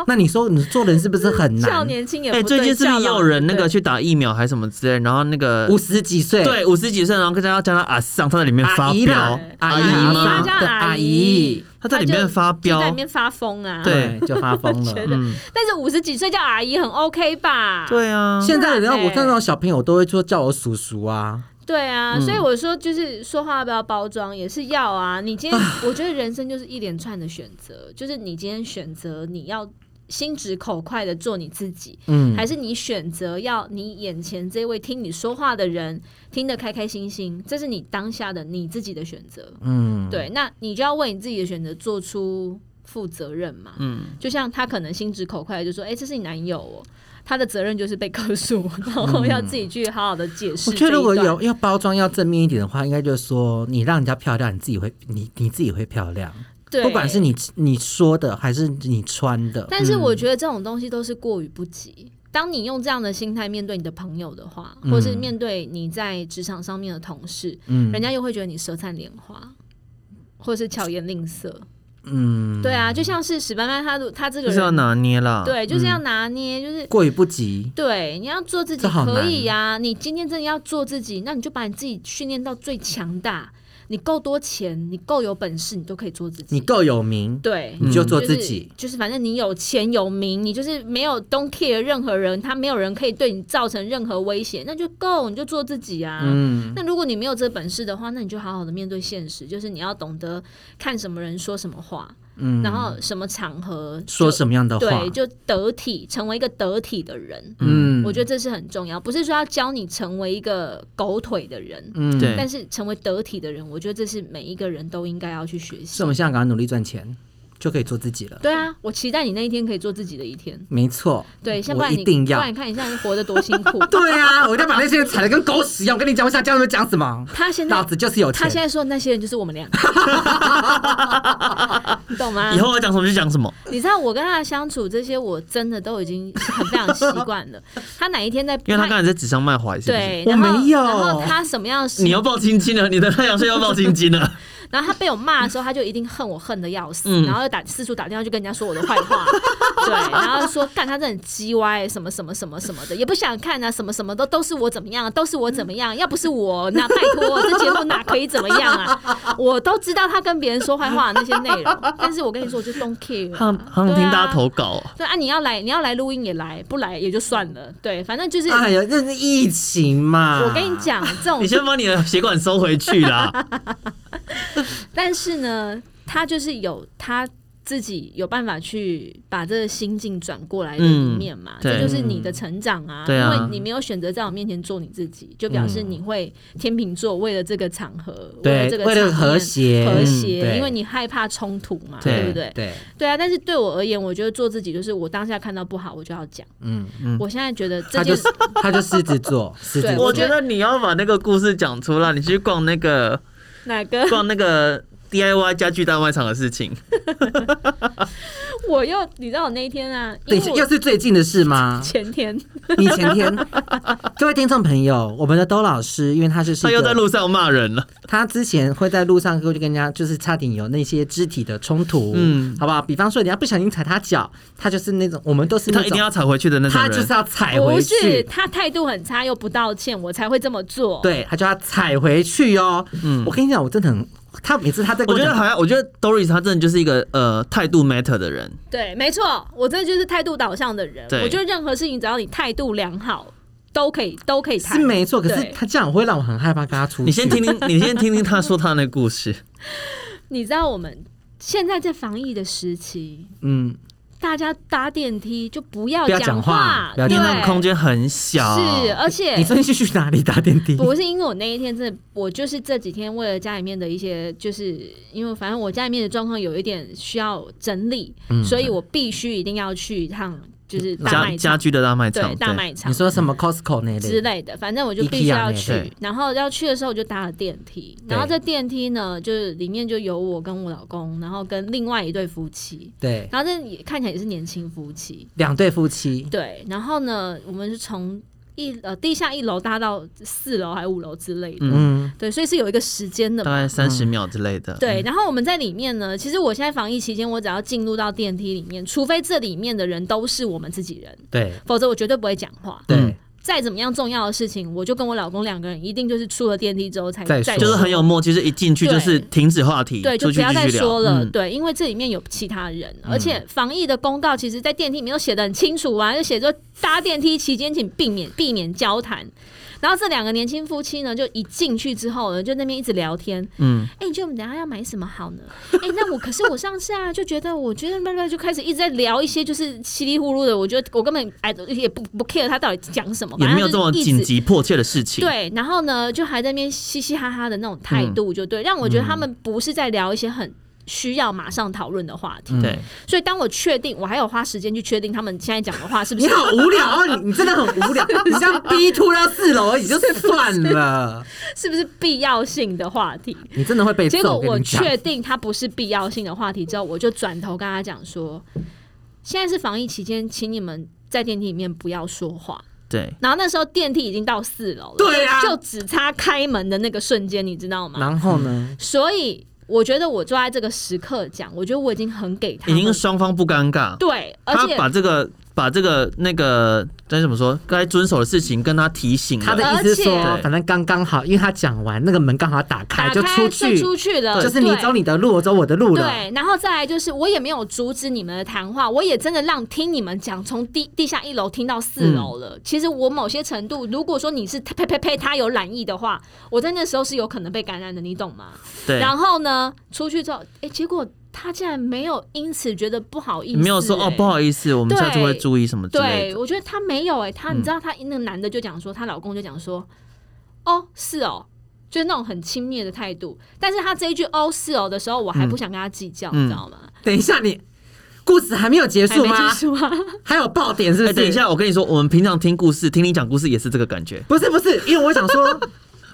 S4: 那你说你做人是不是很
S3: 叫
S4: 难？
S3: 年轻也
S2: 哎、
S3: 不对。
S2: 最近是不
S3: 叫
S2: 是也
S3: 老
S2: 有人那个
S3: 对
S2: 去打疫苗还是什么之类，然后那个
S4: 五十几岁，
S2: 对五十几岁，然后跟大家叫他阿桑，他在里面发
S4: 阿姨啦
S2: 飙，
S4: 阿
S2: 姨
S4: 姨
S2: 吗
S3: 他
S4: 嘛
S3: 叫
S4: 对
S3: 阿
S4: 阿
S3: 姨
S4: 姨，
S2: 她在里
S3: 就
S2: 面发
S3: 就在
S2: 飙
S3: 里面发疯啊。
S2: 对
S4: 对，就发疯了 <laughs>
S3: 觉。得
S4: 嗯
S2: 嗯，
S3: 但是五十几岁叫阿姨很 OK 吧？
S2: 对啊，
S3: 哦
S4: 现在人家
S3: 不然
S4: 我
S3: 嘞
S4: 看到小朋友我都会说叫我叔叔啊，
S3: 对啊，所以我说就是说话要不要包装也是要啊。你今天我觉得人生就是一连串的选择， <sighs> 就是你今天选择你要心直口快的做你自己，
S4: 嗯，
S3: 还是你选择要你眼前这位听你说话的人听得开开心心，这是你当下的你自己的选择。
S4: 嗯，
S3: 对，那你就要为你自己的选择做出负责任嘛。
S2: 嗯，
S3: 就像他可能心直口快地就说：“哎、这是你男友哦。”他的责任就是被告诉，然后要自己去好好的解释
S4: 嗯
S3: 这
S4: 我
S3: 一段。
S4: 觉得如果有要包装要正面一点的话，应该就是说你让人家漂亮，你自己会你你自己会漂亮，
S3: 对，
S4: 不管是你你说的还是你穿的，
S3: 但是我觉得这种东西都是过于不及。当你用这样的心态面对你的朋友的话，或是面对你在职场上面的同事，
S4: 嗯
S3: 人家又会觉得你舌灿莲花，或是巧言令色。
S4: 嗯，
S3: 对啊，就像是史班班他他这个
S2: 就是要
S3: 人，
S2: 拿捏啦。，
S3: 对，就是要拿捏，就是
S4: 过于不及。
S3: 对，你要做自己
S4: 嗯这好
S3: 可
S4: 难哦
S3: 以呀、你今天真的要做自己，那你就把你自己训练到最强大。你够多钱，你够有本事，你都可以做自己。
S4: 你够有名，
S3: 对，嗯
S4: 你就做自己。
S3: 就是，就是反正你有钱有名，你就是没有 don't care 任何人，他没有人可以对你造成任何威胁，那就够，你就做自己啊。
S4: 嗯，
S3: 那如果你没有这本事的话，那你就好好的面对现实，就是你要懂得看什么人说什么话，
S4: 嗯
S3: 然后什么场合
S4: 说什么样的
S3: 么
S4: 话，
S3: 对，就得体，成为一个得体的人。
S4: 嗯，
S3: 我觉得这是很重要，不是说要教你成为一个狗腿的人，
S4: 嗯
S2: 对
S3: 但是成为得体的人，我觉得这是每一个人都应该要去学习
S4: 所以我。们现在赶快努力赚钱，就可以做自己了。
S3: 对啊，我期待你那一天可以做自己的一天。<laughs>
S4: 没错，
S3: 对，先不
S4: 我
S3: 然
S4: 一
S3: 你
S4: 定要
S3: 不然。你看你现在活得多辛
S2: <laughs>
S3: 苦。
S4: 对啊，我一定要把那些人踩得跟狗屎一样。我跟你讲，我想讲什么讲什么。
S3: 他现在
S4: 老子就是有钱。
S3: 他现在说的那些人就是我们俩，
S2: <laughs>
S3: 你懂吗？
S2: 以后要讲什么就讲什么。
S3: 你知道我跟他的相处这些，我真的都已经很非常习惯了。他哪一天在，
S2: 因为他刚才在纸上卖坏，是不是？
S3: 对，
S4: 我
S3: 然后
S4: 没有
S3: 然后他什么样的时
S2: 你要抱青筋了，你的太阳穴要抱青筋啊
S3: <laughs>
S2: 了。
S3: 然后他被我骂的时候，他就一定恨我恨的要死，
S2: 嗯
S3: 然后又打四处打电话去跟人家说我的坏
S2: <laughs>
S3: 话，对，然后说干他这很鸡歪，什么什么什么什么的，也不想看啊，什么什么都都是我怎么样，啊都是我怎么样，要不是我，那拜托这节目哪可以怎么
S2: <laughs>
S3: 样啊？我都知道他跟别人说坏话的那些内容，但是我跟你说，我就
S2: <laughs>
S3: don't care，
S2: 他
S3: 啊、
S2: 们他们听大家投
S3: 对啊。
S2: 稿哦，
S3: 对啊，你要来，你要来录音也来，不来也就算了。对，反正就是，
S4: 哎呀，那是疫情嘛。
S3: 我跟你，讲，这种
S2: 你先把你的血管收回去
S3: <laughs>
S2: 啦。
S3: 但是呢，他就是有他自己有办法去把这个心境转过来的一面嘛，
S2: 嗯
S3: 这
S2: 对
S3: 就是你的成长
S4: 嗯
S3: 啊。
S2: 对啊
S3: 因为你没有选择在我面前做你自己，就表示你会天秤座为了这个场合，
S4: 对
S3: 这个
S4: 为了
S3: 场面
S4: 和谐
S3: 和
S4: 嗯
S3: 谐，
S4: 对
S3: 因为你害怕冲突嘛，
S2: 对
S3: 不对？
S4: 对，
S3: 对啊。但是对我而言，我觉得做自己就是我当下看到不好，我就要讲。
S4: 嗯，
S3: 我现在觉得这
S4: 他
S3: 件
S4: 就
S3: 事
S4: 是他就狮子座，狮子
S3: 对
S4: 座
S2: 我觉得你要把那个故事讲出来，你去逛那个
S3: 哪个
S2: 逛那个 DIY 家具大卖场的事情。
S3: <laughs> 我又你知道我那一天啊，因
S4: 对，
S3: 为
S4: 又
S3: 我？
S4: 是最近的事吗
S3: 前天
S4: 你前天，各位听众朋友，我们的兜老师，因为他就是
S2: 他
S4: 一
S2: 又在
S4: 个
S2: 路上骂人了，
S4: 他之前会在路上跟就跟人家就是差点有那些肢体的冲突，嗯
S2: 嗯，
S4: 好不好？比方说人家不小心踩他脚，他就是那种我们都是那
S2: 他
S4: 种
S2: 一定要踩回去的那种
S4: 他就
S2: 人
S4: 是。要踩
S3: 不
S4: 回
S3: 是
S4: 去，
S3: 他态度很差又不道歉，我才会这么做。
S4: 对他就要踩回去哦。嗯，我跟你讲，我真的很，他每次他在跟
S2: 我觉得
S4: 讲
S2: 好像，我觉得 Doris 他真的就是一个呃态度 matter 的人，
S3: 对，没错，我这就是态度导向的人。
S2: 对
S3: 我觉得任何事情只要你态度良好，都可以，都可以谈
S4: 是。没错，可是
S3: 对
S4: 他这样会让我很害怕跟他出去。
S2: 你先听
S3: <laughs>
S2: 听，你先听听他说他那个故事。
S3: 你知道我们现在在防疫的时期，
S4: 嗯，
S3: 大家搭电梯就不要
S4: 不要
S3: 讲
S4: 讲话不要
S3: 对，
S2: 因
S4: 讲
S2: 为那种空间很小，
S3: 是，而且
S4: 哦你最近去哪里搭电梯？
S3: 不是因为我那一天真的，我就是这几天为了家里面的一些，就是因为反正我家里面的状况有一点需要整理，
S4: 嗯
S3: 所以我必须一定要去一趟，就是大
S2: 家
S3: 卖
S2: 家
S3: 场，
S2: 居的大卖
S3: 对
S2: 场，
S3: 大卖场
S4: 你。说什么 Costco 那
S3: 之
S4: 类？
S3: 类的，反正我就必须要
S4: IKEA
S2: 那
S3: 去
S2: 类。
S3: 然后要去的时候，我就搭了电梯。
S4: 对
S3: 然后这电梯呢，就是里面就有我跟我老公，然后跟另外一对夫妻，
S4: 对，
S3: 然后这也看起来也是年轻夫妻。
S4: 两对夫妻，
S3: 对，然后呢，我们是从一呃地下一楼搭到四楼还五楼之类的。
S4: 嗯，
S3: 对，所以是有一个时间的
S2: 大
S3: 嘛。
S2: 概三十秒之类的。
S3: 嗯对，然后我们在里面呢，其实我现在防疫期间，我只要进入到电梯里面，除非这里面的人都是我们自己人，
S4: 对
S3: 否则我绝对不会讲话。
S4: 对
S2: 嗯，
S3: 再怎么样重要的事情，我就跟我老公两个人一定就是出了电梯之后才
S4: 再
S3: 再
S4: 说
S2: 就是很有默契，就是一进去就是停止话题，
S3: 对，就
S2: 出
S3: 不
S2: 去
S3: 要
S2: 继
S3: 再
S2: 续聊
S3: 说。了。
S2: 嗯
S3: 对，因为这里面有其他人，而且防疫的公告其实，在电梯里面都写的很清楚啊，就写说搭电梯期间请避免避免交谈。然后这两个年轻夫妻呢，就一进去之后呢，就那边一直聊天。嗯，哎、你觉得我们等一下要买什么好呢？ <laughs> 哎、那我可是我上次啊，就觉得我觉得慢慢就开始一直在聊一些就是稀里糊涂的，我觉得我根本哎也不不 care 他到底讲什么，
S2: 也
S3: 反
S2: 没有
S3: 正他
S2: 这
S3: 就
S2: 么
S3: 是一
S2: 紧
S3: 直
S2: 急迫切的事情。，
S3: 对，然后呢，就还在那边嘻嘻哈哈的那种态
S4: 嗯
S3: 度，就对，让我觉得他们不是在聊一些很。需要马上讨论的话题，
S4: 嗯
S2: 对，
S3: 所以当我确定，我还有花时间去确定他们现在讲的话是不
S4: <laughs> 你
S3: 是
S4: 好无聊哦，你你真的很无
S3: <laughs>
S4: 聊，你这样逼吐到四楼也就算
S3: <laughs>
S4: 了，
S3: 是不是必要性的话题。
S4: 你真的会被
S3: 结果
S4: 揍。
S3: 我
S4: 跟你讲
S3: 确定它不是必要性的话题之后，我就转头跟他讲说，现在是防疫期间，请你们在电梯里面不要说话。
S2: 对，
S3: 然后那时候电梯已经到四楼了，
S4: 对啊
S3: 就只差开门的那个瞬间，你知道吗？
S4: 然后
S2: 嗯
S4: 呢？
S3: 所以我觉得我就在这个时刻讲，我觉得我已经很给他
S2: 已
S3: 们
S2: 经双方不尴尬，
S3: 对，而
S2: 他
S3: 且
S2: 把这个把这个那个该怎么说，该遵守的事情跟他提醒了
S4: 他的意思是说
S3: 而，且
S4: 反正刚刚好，因为他讲完那个门刚好打开，
S3: 打
S4: 就
S3: 开
S4: 出去，
S3: 出去了，
S4: 就是
S3: 对
S4: 你走。你的路，我走我的路了。
S3: 对，然后再来就是，我也没有阻止你们的谈话，我也真的让听你们讲，从地地下一楼听到
S2: 嗯
S3: 四楼了。其实我某些程度，如果说你是呸呸呸，他有染疫的话，我在那时候是有可能被感染的，你懂吗？
S2: 对，
S3: 然后呢，出去之后，哎，结果他竟然没有因此觉得不好意思、
S2: 没有说哦
S3: 诶
S2: 不好意思，我们
S3: 对
S2: 下次会注意什么之类
S3: 对，
S2: 的。
S3: 我觉得她没有哎、她你知
S4: 嗯
S3: 道她那个男的就讲说，她老公就讲说，哦是哦，
S4: 嗯
S3: 就是那种很轻蔑的态度。但是她这一句哦是哦的时候，我还不想跟她计较，你知道吗？
S4: 等一下你，故事还没有结
S3: 还
S4: 束
S3: 没
S4: 吗
S3: 结？束吗？ <laughs>
S4: 还有爆点是
S2: 哎、
S4: 不是？
S2: 等一，下，我跟你说，我们平常听故事，听你讲故事也是这个感觉。
S4: 不是不是，因为我想
S3: <laughs>
S4: 说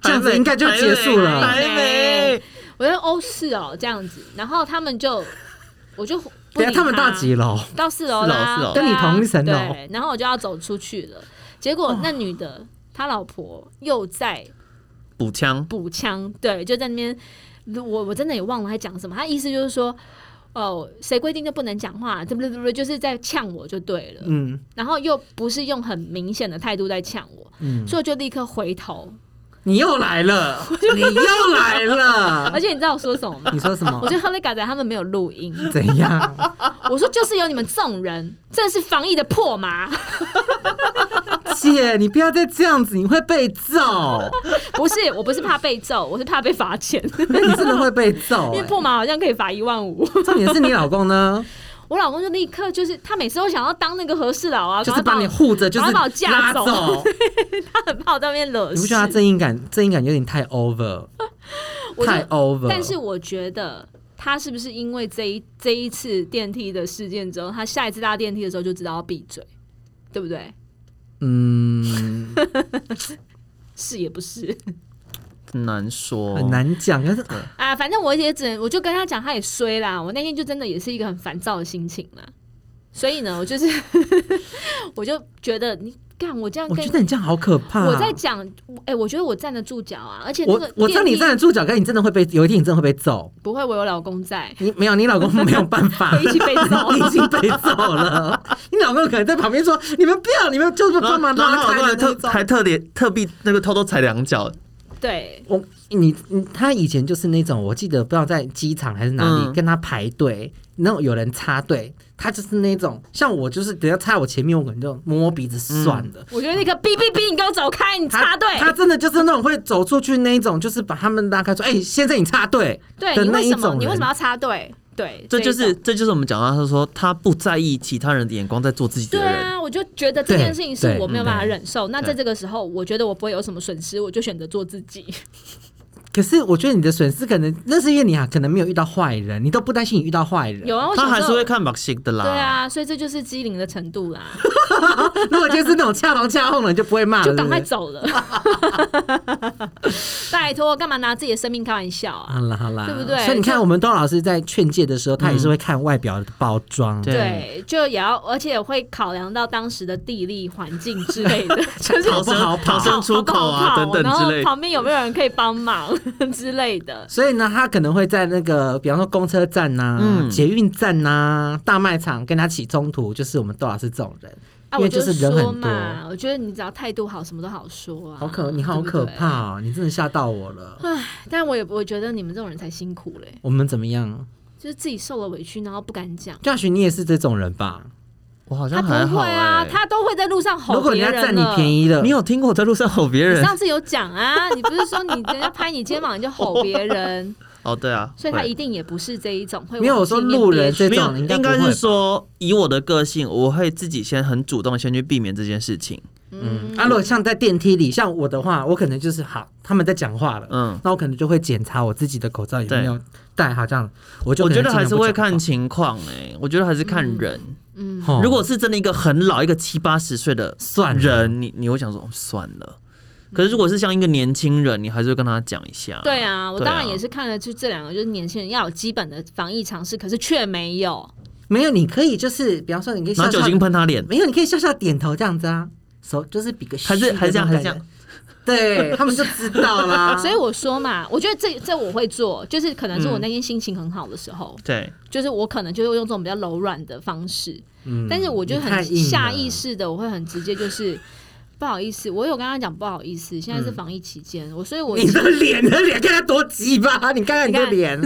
S4: 这样子应该就结束
S2: 还
S4: 了。哎
S2: 没还没，
S3: 我觉得哦是哦这样子，然后他们就我就不
S4: 等
S3: 理
S4: 一下他们到几
S3: 了，
S4: 楼？
S3: 到四楼
S2: 四楼
S3: 啦，
S2: 四楼
S3: 对啊
S4: 跟你同一层楼
S3: 对，然后我就要走出去了，结果那女的她老婆又在
S2: 补枪，
S3: 补枪，对，就在那边，我我真的也忘了他讲什么，他意思就是说。哦，谁规定就不能讲话？对不对？对不对？就是在呛我就对了，
S4: 嗯，
S3: 然后又不是用很明显的态度在呛我，
S4: 嗯
S3: 所以我就立刻回头。
S4: 你又来
S3: <laughs>
S4: 了，你又来了
S3: 而。且你知道我说什么吗
S4: <laughs> 你？说什么
S3: 我？觉得亨利嘎仔他们没有录音，
S4: 怎样？
S3: 我说就是有你们这种人，真是防疫的破麻，
S4: 姐，你不要再这样子，你会被揍。
S3: 不是，我不是怕被揍，我是怕被罚钱，
S4: 你真的会被揍、
S3: <laughs> 因为
S4: 欸。
S3: 破麻好像可以罚一万五。 <laughs>
S4: 重点是你老公呢，
S3: 我老公就立刻就是他每次都想要当那个和事佬啊，
S4: 就是
S3: 赶快
S4: 把你
S3: 我
S4: 护着，就
S3: 赶快
S4: 是
S3: 把我架
S4: 拉
S3: 走
S4: 走。
S3: 他很怕我在那边惹
S4: 你不
S3: 事
S4: 觉得他。正义感 <laughs> 正义感有点太 over，
S3: 我就
S4: 太 over？
S3: 但是我觉得他是不是因为这一这一次电梯的事件之后，他下一次搭电梯的时候就知道要闭嘴，对不对？
S4: 嗯，
S3: 是也不
S4: <laughs>
S3: 是
S2: 很难说，
S4: 很难讲。但是
S3: 啊？反正我也只能，我就跟他讲，他也衰啦。我那天就真的也是一个很烦躁的心情啦。所以呢，我就是 <laughs> 我就觉得你干我这样
S4: 我
S3: 跟
S4: 觉得你这样好可怕、啊
S3: 我在讲，哎、我觉得我站得住脚啊，而且那个
S4: 我我知道你
S3: 电梯
S4: 站得住脚，跟你真的会被有一天你真的会被揍。，
S3: 不会，我有老公在
S4: 你没有，你老公没有办法
S3: <laughs> 会，一起被揍
S4: <laughs> 你已经被揍了。你老公可能在旁边说：“你们不要，你们就是
S2: 然后
S4: 帮忙
S2: 然后他
S4: 拉
S2: 老
S4: 开
S2: 公还
S4: 的那
S2: 特
S4: 种。
S2: 还特别特地那个偷偷踩两脚，
S3: 对，
S4: 我你你他以前就是那种，我记得不知道在机场还是哪里、
S2: 嗯
S4: 跟他排队，那种有人插队，他就是那种像我就是等下插我前面，我可能就摸摸鼻子算了。
S3: 我觉得那个哔哔哔，你给我走开，你
S4: 他
S3: 嗯插队，
S4: 他真的就是那种会走出去那一种，就是把他们拉开说：“哎、先生你插队。”
S3: 对
S4: 的
S3: 你
S4: 那
S3: 为
S4: 一
S3: 什么
S4: 种
S3: 你为什
S4: 人
S3: 么要插队？对，
S2: 这
S3: 一
S2: 就是
S3: 种
S2: 这就是我们讲到他说他不在意其他人的眼光，在做自己
S3: 对
S2: 的人。
S3: 啊，我就觉得这件
S4: 对
S3: 事情是
S4: 对
S3: 我没有办法
S4: 嗯
S3: 忍受。那
S2: 对
S3: 在这个时候，我觉得我不会有什么损失，我就选择做自己。
S4: 可是我觉得你的损失可能，那是因为你啊，可能没有遇到坏人，你都不担心你遇到坏
S3: <laughs>
S4: 人。
S3: 有啊，我
S2: 他
S3: 小
S2: 还
S3: 时
S2: 是
S3: 候
S2: 会看 b o x i 的啦。
S3: 对，啊，所以这就是机灵的程
S2: <laughs>
S3: 度啦，
S4: 如果就是那种恰龙恰哄你就不会骂了，
S3: 就赶快
S2: <laughs>
S4: 对不对。
S3: 走了。拜托，干嘛拿自己的生命开玩笑啊？
S4: 好啦好啦，
S3: 对不对
S4: 所以你看，
S3: 就
S4: 我们段老师在劝诫的时候，他也是会看外表的包装。
S2: 对
S3: 对，就也要，而且会考量到当时的地利环境之类
S2: <laughs>
S3: 的，就是
S2: 逃
S4: 好不好
S2: 生逃
S4: 跑
S2: 生出口啊
S3: 好不好
S2: 等等
S3: 跑然
S2: 之
S3: 后
S2: 类的。
S3: 旁边有没有人可以帮忙 <laughs> 之类的？
S4: 所以呢，他可能会在那个，比方说公车站呐、
S2: 嗯
S4: 捷运站呐、大卖场跟他起冲突，就是我们段老师这种人，
S3: 啊，
S4: 因
S3: 我
S4: 为就是人
S3: 说
S4: 很多，
S3: 嘛，我觉得你只要态度好，什么都好说啊。
S4: 好可，你好
S3: 对不
S4: 可
S3: 对。
S4: 怕哦，你真的吓到我了。
S3: 但我也我觉得你们这种人才辛苦嘞，
S4: 我们怎么样？
S3: 就是自己受了委屈，然后不敢讲。
S4: 嘉许，你也是这种人吧？
S2: 我好
S3: 他
S2: 像
S3: 不
S2: 还好
S3: 会啊，
S2: 哎、
S3: 他都会在路上吼
S4: 欸如果
S3: 别
S4: 人家
S3: 人
S4: 占你便
S3: 宜。
S4: 宜了，
S2: 你有听过我在路上吼别
S3: 你
S2: 人？
S3: 上次有讲
S4: <laughs>
S3: 啊，你不是说你人家拍你肩膀你就吼别人，
S2: 哦，对啊，
S3: 所以他
S2: 会
S3: 一定也不是这一种会
S4: 没有
S3: 往
S4: 我说
S3: 心里
S4: 路
S3: 憋
S4: 人
S3: 屈
S4: 这
S2: 没有，
S4: 种应该
S2: 应
S4: 不
S2: 该
S4: 会
S2: 是
S4: 吧
S2: 说，以我的个性，我会自己先很主动，先去避免这件事情。
S4: 嗯，啊，如果像在电梯里，像我的话，我可能就是好，他们在讲话了，
S2: 嗯，
S4: 那我可能就会检查我自己的口罩有没有戴好，这样我就
S2: 我
S4: 可
S2: 觉
S4: 能
S2: 得还是
S4: 尽量
S2: 会
S4: 不讲话
S2: 看情况哎、我觉得还是看
S3: 嗯
S2: 人。
S4: 哦
S2: 如果是真的一个很老一个七八十岁的
S4: 算了
S2: 人，你你会想说哦算了。可是如果是像一个年轻人，你还是会跟他讲一下。
S3: 对啊，我
S2: 对
S3: 当
S2: 啊
S3: 然也是看了，就这两个就是年轻人要有基本的防疫常识，可是却没有。
S4: 没有，你可以就是比方说，你可以笑
S2: 拿
S4: 笑
S2: 酒精喷他脸，
S4: 没有，你可以笑笑点头这样子啊，手就是比个嘘
S2: 还是还是这样
S4: 的那
S2: 还是这
S4: 种感
S2: 样
S4: 觉。对他们就知
S2: <laughs>
S4: 道啦。
S3: 所以我说嘛，我觉得这这我会做，就是可能是
S4: 嗯
S3: 我那天心情很好的时候，
S2: 对，
S3: 就是我可能就会用这种比较柔软的方式，
S4: 嗯
S3: 但是我就
S4: 你太
S3: 很
S4: 硬了
S3: 下意识的，我会很直接就是。不好意思，我有跟他讲不好意思，现在是防疫期间，我所以我
S4: 你的脸，你的脸看他多鸡巴， <laughs> 你看看你的脸。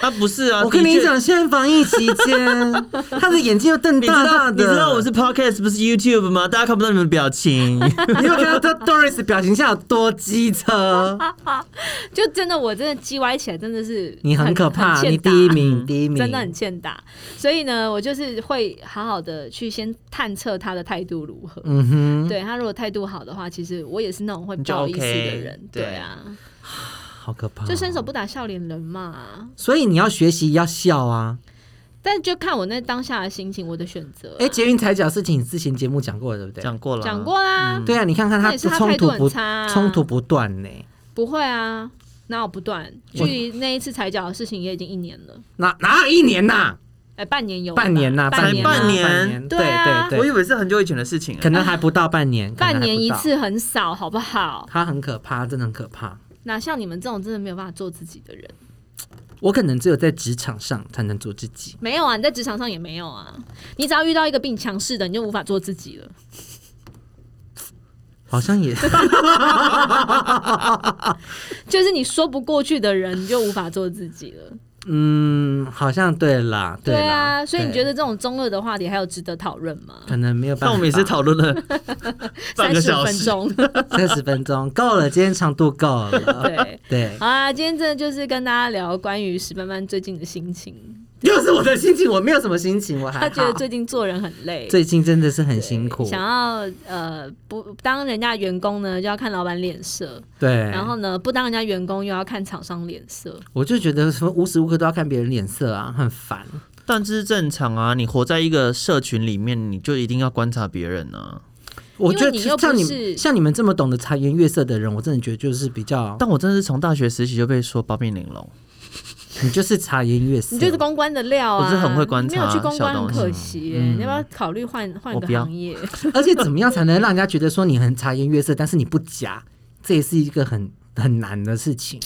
S2: 啊不是啊，
S4: 我跟
S2: 的
S4: 你
S2: 确
S4: 讲，现在防疫期间，他的眼睛又瞪
S2: 你知道
S4: 大大的。
S2: 你知道我是 podcast 不是 YouTube 吗？大家看不到你们的表
S3: <laughs>
S2: 情。
S4: <laughs> 你有看到 Doris 表情下有多机车？
S3: 就真的我真的叽歪起来，真的是
S4: 你很可怕，
S3: 很欠
S4: 你
S3: 打
S4: 第一名，第一名，
S3: 嗯真的很欠打。所以呢，我就是会好好的去先探测他的态度如何。
S4: 嗯哼，
S3: 对他如果态度好的话，其实我也是那种会
S2: 你
S3: 不
S2: 就
S3: 好意思的
S2: OK，
S3: 人。
S2: 对
S3: 对啊，
S4: 好可怕哦。
S3: 就伸手不打笑脸人嘛。
S4: 所以你要学习要笑啊，
S3: 但就看我那当下的心情，我的选择啊
S4: 哎，捷运踩脚的事情，你之前节目讲过了，对不对？
S2: 讲过了，
S3: 讲，过啦，
S4: 对啊，你看看
S3: 那
S4: 他
S3: 也是他
S4: 冲
S3: 态
S4: 突
S3: 度很
S4: 不
S3: 差啊
S4: 冲突不断呢、
S3: 不会啊，哪有不断？距离那一次踩脚的事情也已经一年了，
S4: 哪哪有一年呐、
S3: 哎，半年有了吧
S4: 半年呐、
S3: 半
S2: 年
S4: 呐
S2: 半年
S4: 半年，
S3: 对啊
S4: 对
S2: 我以
S4: 对，
S2: 为是很久以前的事情欸了，
S4: 可能还不到半年，可能
S3: <laughs> 半
S4: 还
S3: 年
S4: 不
S3: 一
S4: 到，
S3: 次很少，好不好？
S4: 他很可怕，真的很可怕。
S3: 哪像你们这种真的没有办法做自己的人？
S4: 我可能只有在职场上才能做自己，
S3: 没有啊，你在职场上也没有啊。你只要遇到一个比你强势的，你就无法做自己了。
S4: 好像
S3: <laughs>
S4: 也
S3: 就是你说不过去的人，你就无法做自己了。
S4: 嗯，好像对啦，
S3: 对
S4: 啦。
S3: 啊，所以你
S4: 对
S3: 觉得这种中二的话题还有值得讨论吗？
S4: 可能没有办法？
S2: 但我们也是讨论了半
S3: <laughs> 三
S2: 个
S3: 十
S2: 小
S3: 分
S2: 时，
S3: 钟，
S4: 三十分钟够了，今天长度够了。
S3: <laughs> 对。
S4: 对，
S3: 好啊，今天真的就是跟大家聊关于石斑斑最近的心情。
S4: 又是我的心情，我没有什么心情，我还
S3: 他觉得
S4: 好
S3: 最近做人很累，
S4: 最近真的是很辛苦，
S3: 想要呃不当人家员工呢，就要看老板脸色；
S4: 对，
S2: 哎
S3: 然后呢，不当人家员工又要看厂商脸色。
S4: 我就觉得什么无时无刻都要看别人脸色啊，很烦。
S2: 但这是正常啊。你活在一个社群里面，你就一定要观察别人啊。
S4: 我觉
S3: 因为你
S4: 得
S3: 又不
S4: 像你
S3: 是
S4: 们像你们这么懂得察言悦色的人，我真的觉得就是比较，
S2: 但我真的是从大学时期就被说八面玲珑，
S4: 你就是察言悦色，
S3: 你就是公关的料啊，
S2: 我是很会观察
S3: 没有去公关
S2: 小东
S3: 很
S2: 西嗯
S3: 可惜耶、你要不要考虑换换
S2: 我
S3: 个
S2: 不要
S3: 行业？
S4: 而且怎么样才能让人家觉得说你很察言悦色，但是你不假，这也是一个很很难的事情，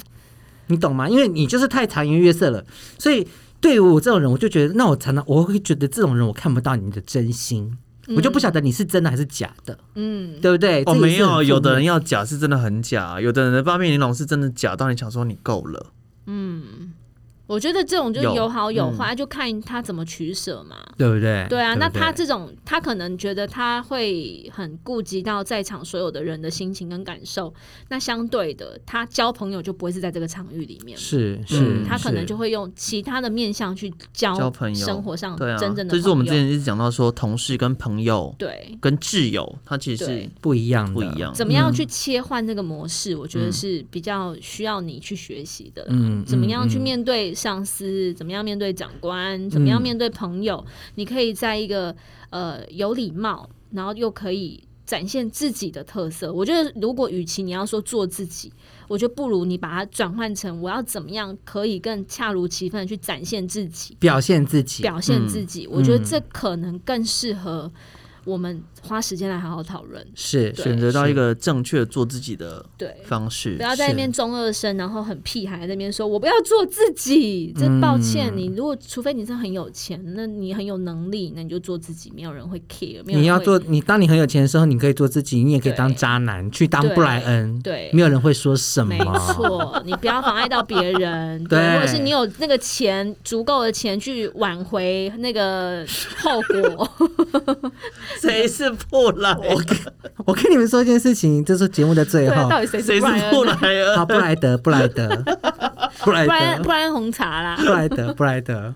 S4: 你懂吗？因为你就是太察言悦色了，所以对于我这种人，我就觉得那我常常我会觉得这种人我看不到你的真心，
S2: 嗯
S4: 我就不晓得你是真的还是假的，
S3: 嗯，
S4: 对不对？
S2: 哦，
S4: 这也
S2: 没
S4: 是
S2: 有，
S4: 很
S2: 有的
S4: 负
S2: 人
S4: 面
S2: 要假是真的很假，有的人的八面玲珑是真的假到你想说你够了。
S3: 嗯我觉得这种就是
S2: 有嗯哎
S3: 有好有坏，就看他怎么取舍嘛。
S4: 对不对？
S3: 对啊，那
S4: 不
S3: 他这种，他可能觉得他会很顾及到在场所有的人的心情跟感受，那相对的，他交朋友就不会是在这个场域里面嘛，
S4: 是是、
S2: 嗯
S3: 他可能
S4: 是
S3: 就会用其他的面向去交
S2: 交朋友
S3: 生活上
S2: 对啊，
S3: 哦真正的
S2: 这就是我们之
S3: 朋友
S2: 前一直讲到说，同事跟朋友、
S3: 对
S2: 跟挚友，他其实是
S3: 对
S4: 不一样的，
S2: 不一。样。
S3: 怎么样去切换这个模式，我觉
S2: 嗯
S3: 得是比较需要你去学习的。
S4: 嗯
S3: 怎么样去
S4: 嗯嗯
S3: 面对上司？怎么样面对长官？怎么样
S4: 嗯
S3: 面对朋友？你可以在一个呃有礼貌，然后又可以展现自己的特色。我觉得，如果与其你要说做自己，我觉得不如你把它转换成我要怎么样可以更恰如其分的去展现自己、
S4: 表现自己？
S3: 表现自己。我
S4: 嗯
S3: 觉得这可能更适合我们花时间来好好讨论。
S4: 是
S3: 对
S2: 选择到一
S4: 是
S2: 个正确做自己的
S3: 对。啊
S2: 方式
S3: 不，要在那边中二生，然后很屁孩在那边说“我不要做自己”，
S4: 嗯
S3: 这抱歉，你如果除非你是很有钱，那你很有能力，那你就做自己，没有人会 care，没有人
S4: 你要
S3: 会
S4: 做，你当你很有钱的时候，你可以做自己，你也可以
S3: 对
S4: 当渣男，去当布莱恩，
S3: 对
S4: 没有人会说什么。
S3: 没，错，你不要妨碍到别
S4: <laughs>
S3: 人，
S4: 对
S3: 或者是你有那个钱足够的钱去挽回那个后果。
S4: <laughs>
S2: 谁是破烂？ <laughs>
S4: 我跟你们说一件事情，这是节目的最
S3: <laughs> 对啊，
S4: 后。
S3: 到底谁
S2: 谁是
S3: 是布莱
S2: 布
S3: 恩
S2: 莱
S3: 啊？
S4: <laughs> 好，
S2: <laughs> 恩？
S4: 布莱德，布莱德，布莱
S3: 布莱恩
S4: 德
S3: 布，莱恩红茶啦，
S4: 布莱德，布莱德。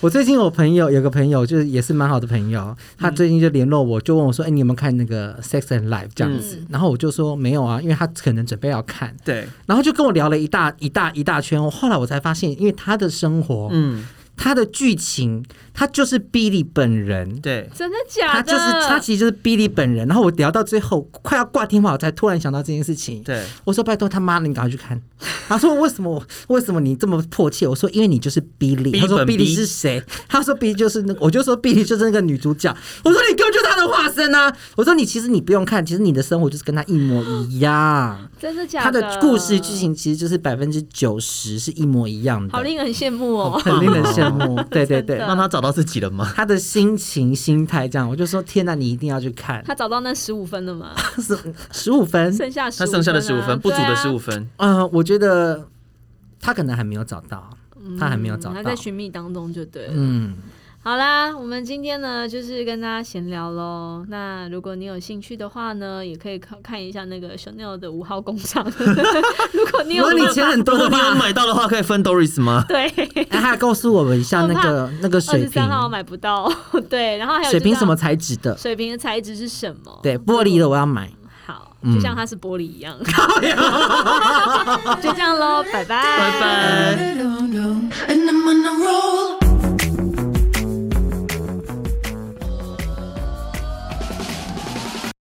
S4: 我最近我朋友有个朋友，就是也是蛮好的
S3: 嗯
S4: 朋友，他最近就联络我，就问我说：“哎、你有没有看那个《Sex and Life》这样
S3: 嗯
S4: 子？”然后我就说没有啊，因为他可能准备要看，
S2: 对，
S4: 然后就跟我聊了一大一大一大圈。后来我才发现，因为他的生活，
S2: 嗯，
S4: 他的剧情，他就是 Billy 本人，
S2: 对，
S3: 真的假
S4: 他
S3: 的？
S4: 就是他，其实就是 Billy 本人。然后我聊到最后快要挂电话，我才突然想到这件事情。
S2: 对，
S4: 我说拜托他妈的，你赶快去看。 <laughs> 他说为什么为什么你这么迫切？我说因为你就是 Billy。
S2: Billy
S4: 他说
S2: 本
S4: Billy
S2: B
S4: 是谁？他说 Billy 就是那个，我就说 Billy 就是那个女主角。我说你根本就是她的化身啊！我说你其实你不用看，其实你的生活就是跟她一模一样。
S3: 真的 <gasps> 假
S4: 她的故事剧情其实就是百分之九十是一模一样的，
S3: 好令人羡慕哦。
S4: 很令人
S3: <laughs>
S4: 羡慕。对对对
S3: 真，的
S2: 那他找到自己了吗？
S4: 他的心情、心态这样，我就说天呐，你一定要去
S3: <laughs>
S4: 看，
S3: 他找到那十五分了
S4: <laughs>
S3: 吗？
S4: 是十五分。
S3: 剩下
S2: 他剩下的十
S3: 15
S2: 五
S3: 啊
S2: 分，不足的
S3: 对啊
S2: 十五分，
S4: 嗯、我觉得他可能还没有找到，他还没有
S3: 嗯
S4: 找
S3: 还
S4: 到
S3: 在。寻觅当中就对了。
S4: 嗯，
S3: 好啦，我们今天呢就是跟大家闲聊喽。那如果你有兴趣的话呢，也可以看看一下那个 Chanel 的五号工厂。 <laughs> 如果你
S4: 如
S3: 有
S4: 果你钱很多
S2: 如果
S4: 的
S2: 你有
S4: 话，
S2: 买到的话，可以分 Doris 吗？
S3: 对
S4: 哎，还告诉我们一下那个那个
S3: 二
S4: 水
S3: 十
S4: 瓶
S3: 三，号买不到，对，然后还有
S4: 水瓶什么
S3: 就是哦
S4: 材质的？
S3: 水瓶的材质是什么？
S4: 对，嗯玻璃的我要买。
S3: 好，
S4: <laughs>
S3: <laughs>
S4: 哎
S3: 就像它是玻璃一样。就这样喽，拜拜，
S2: 拜拜。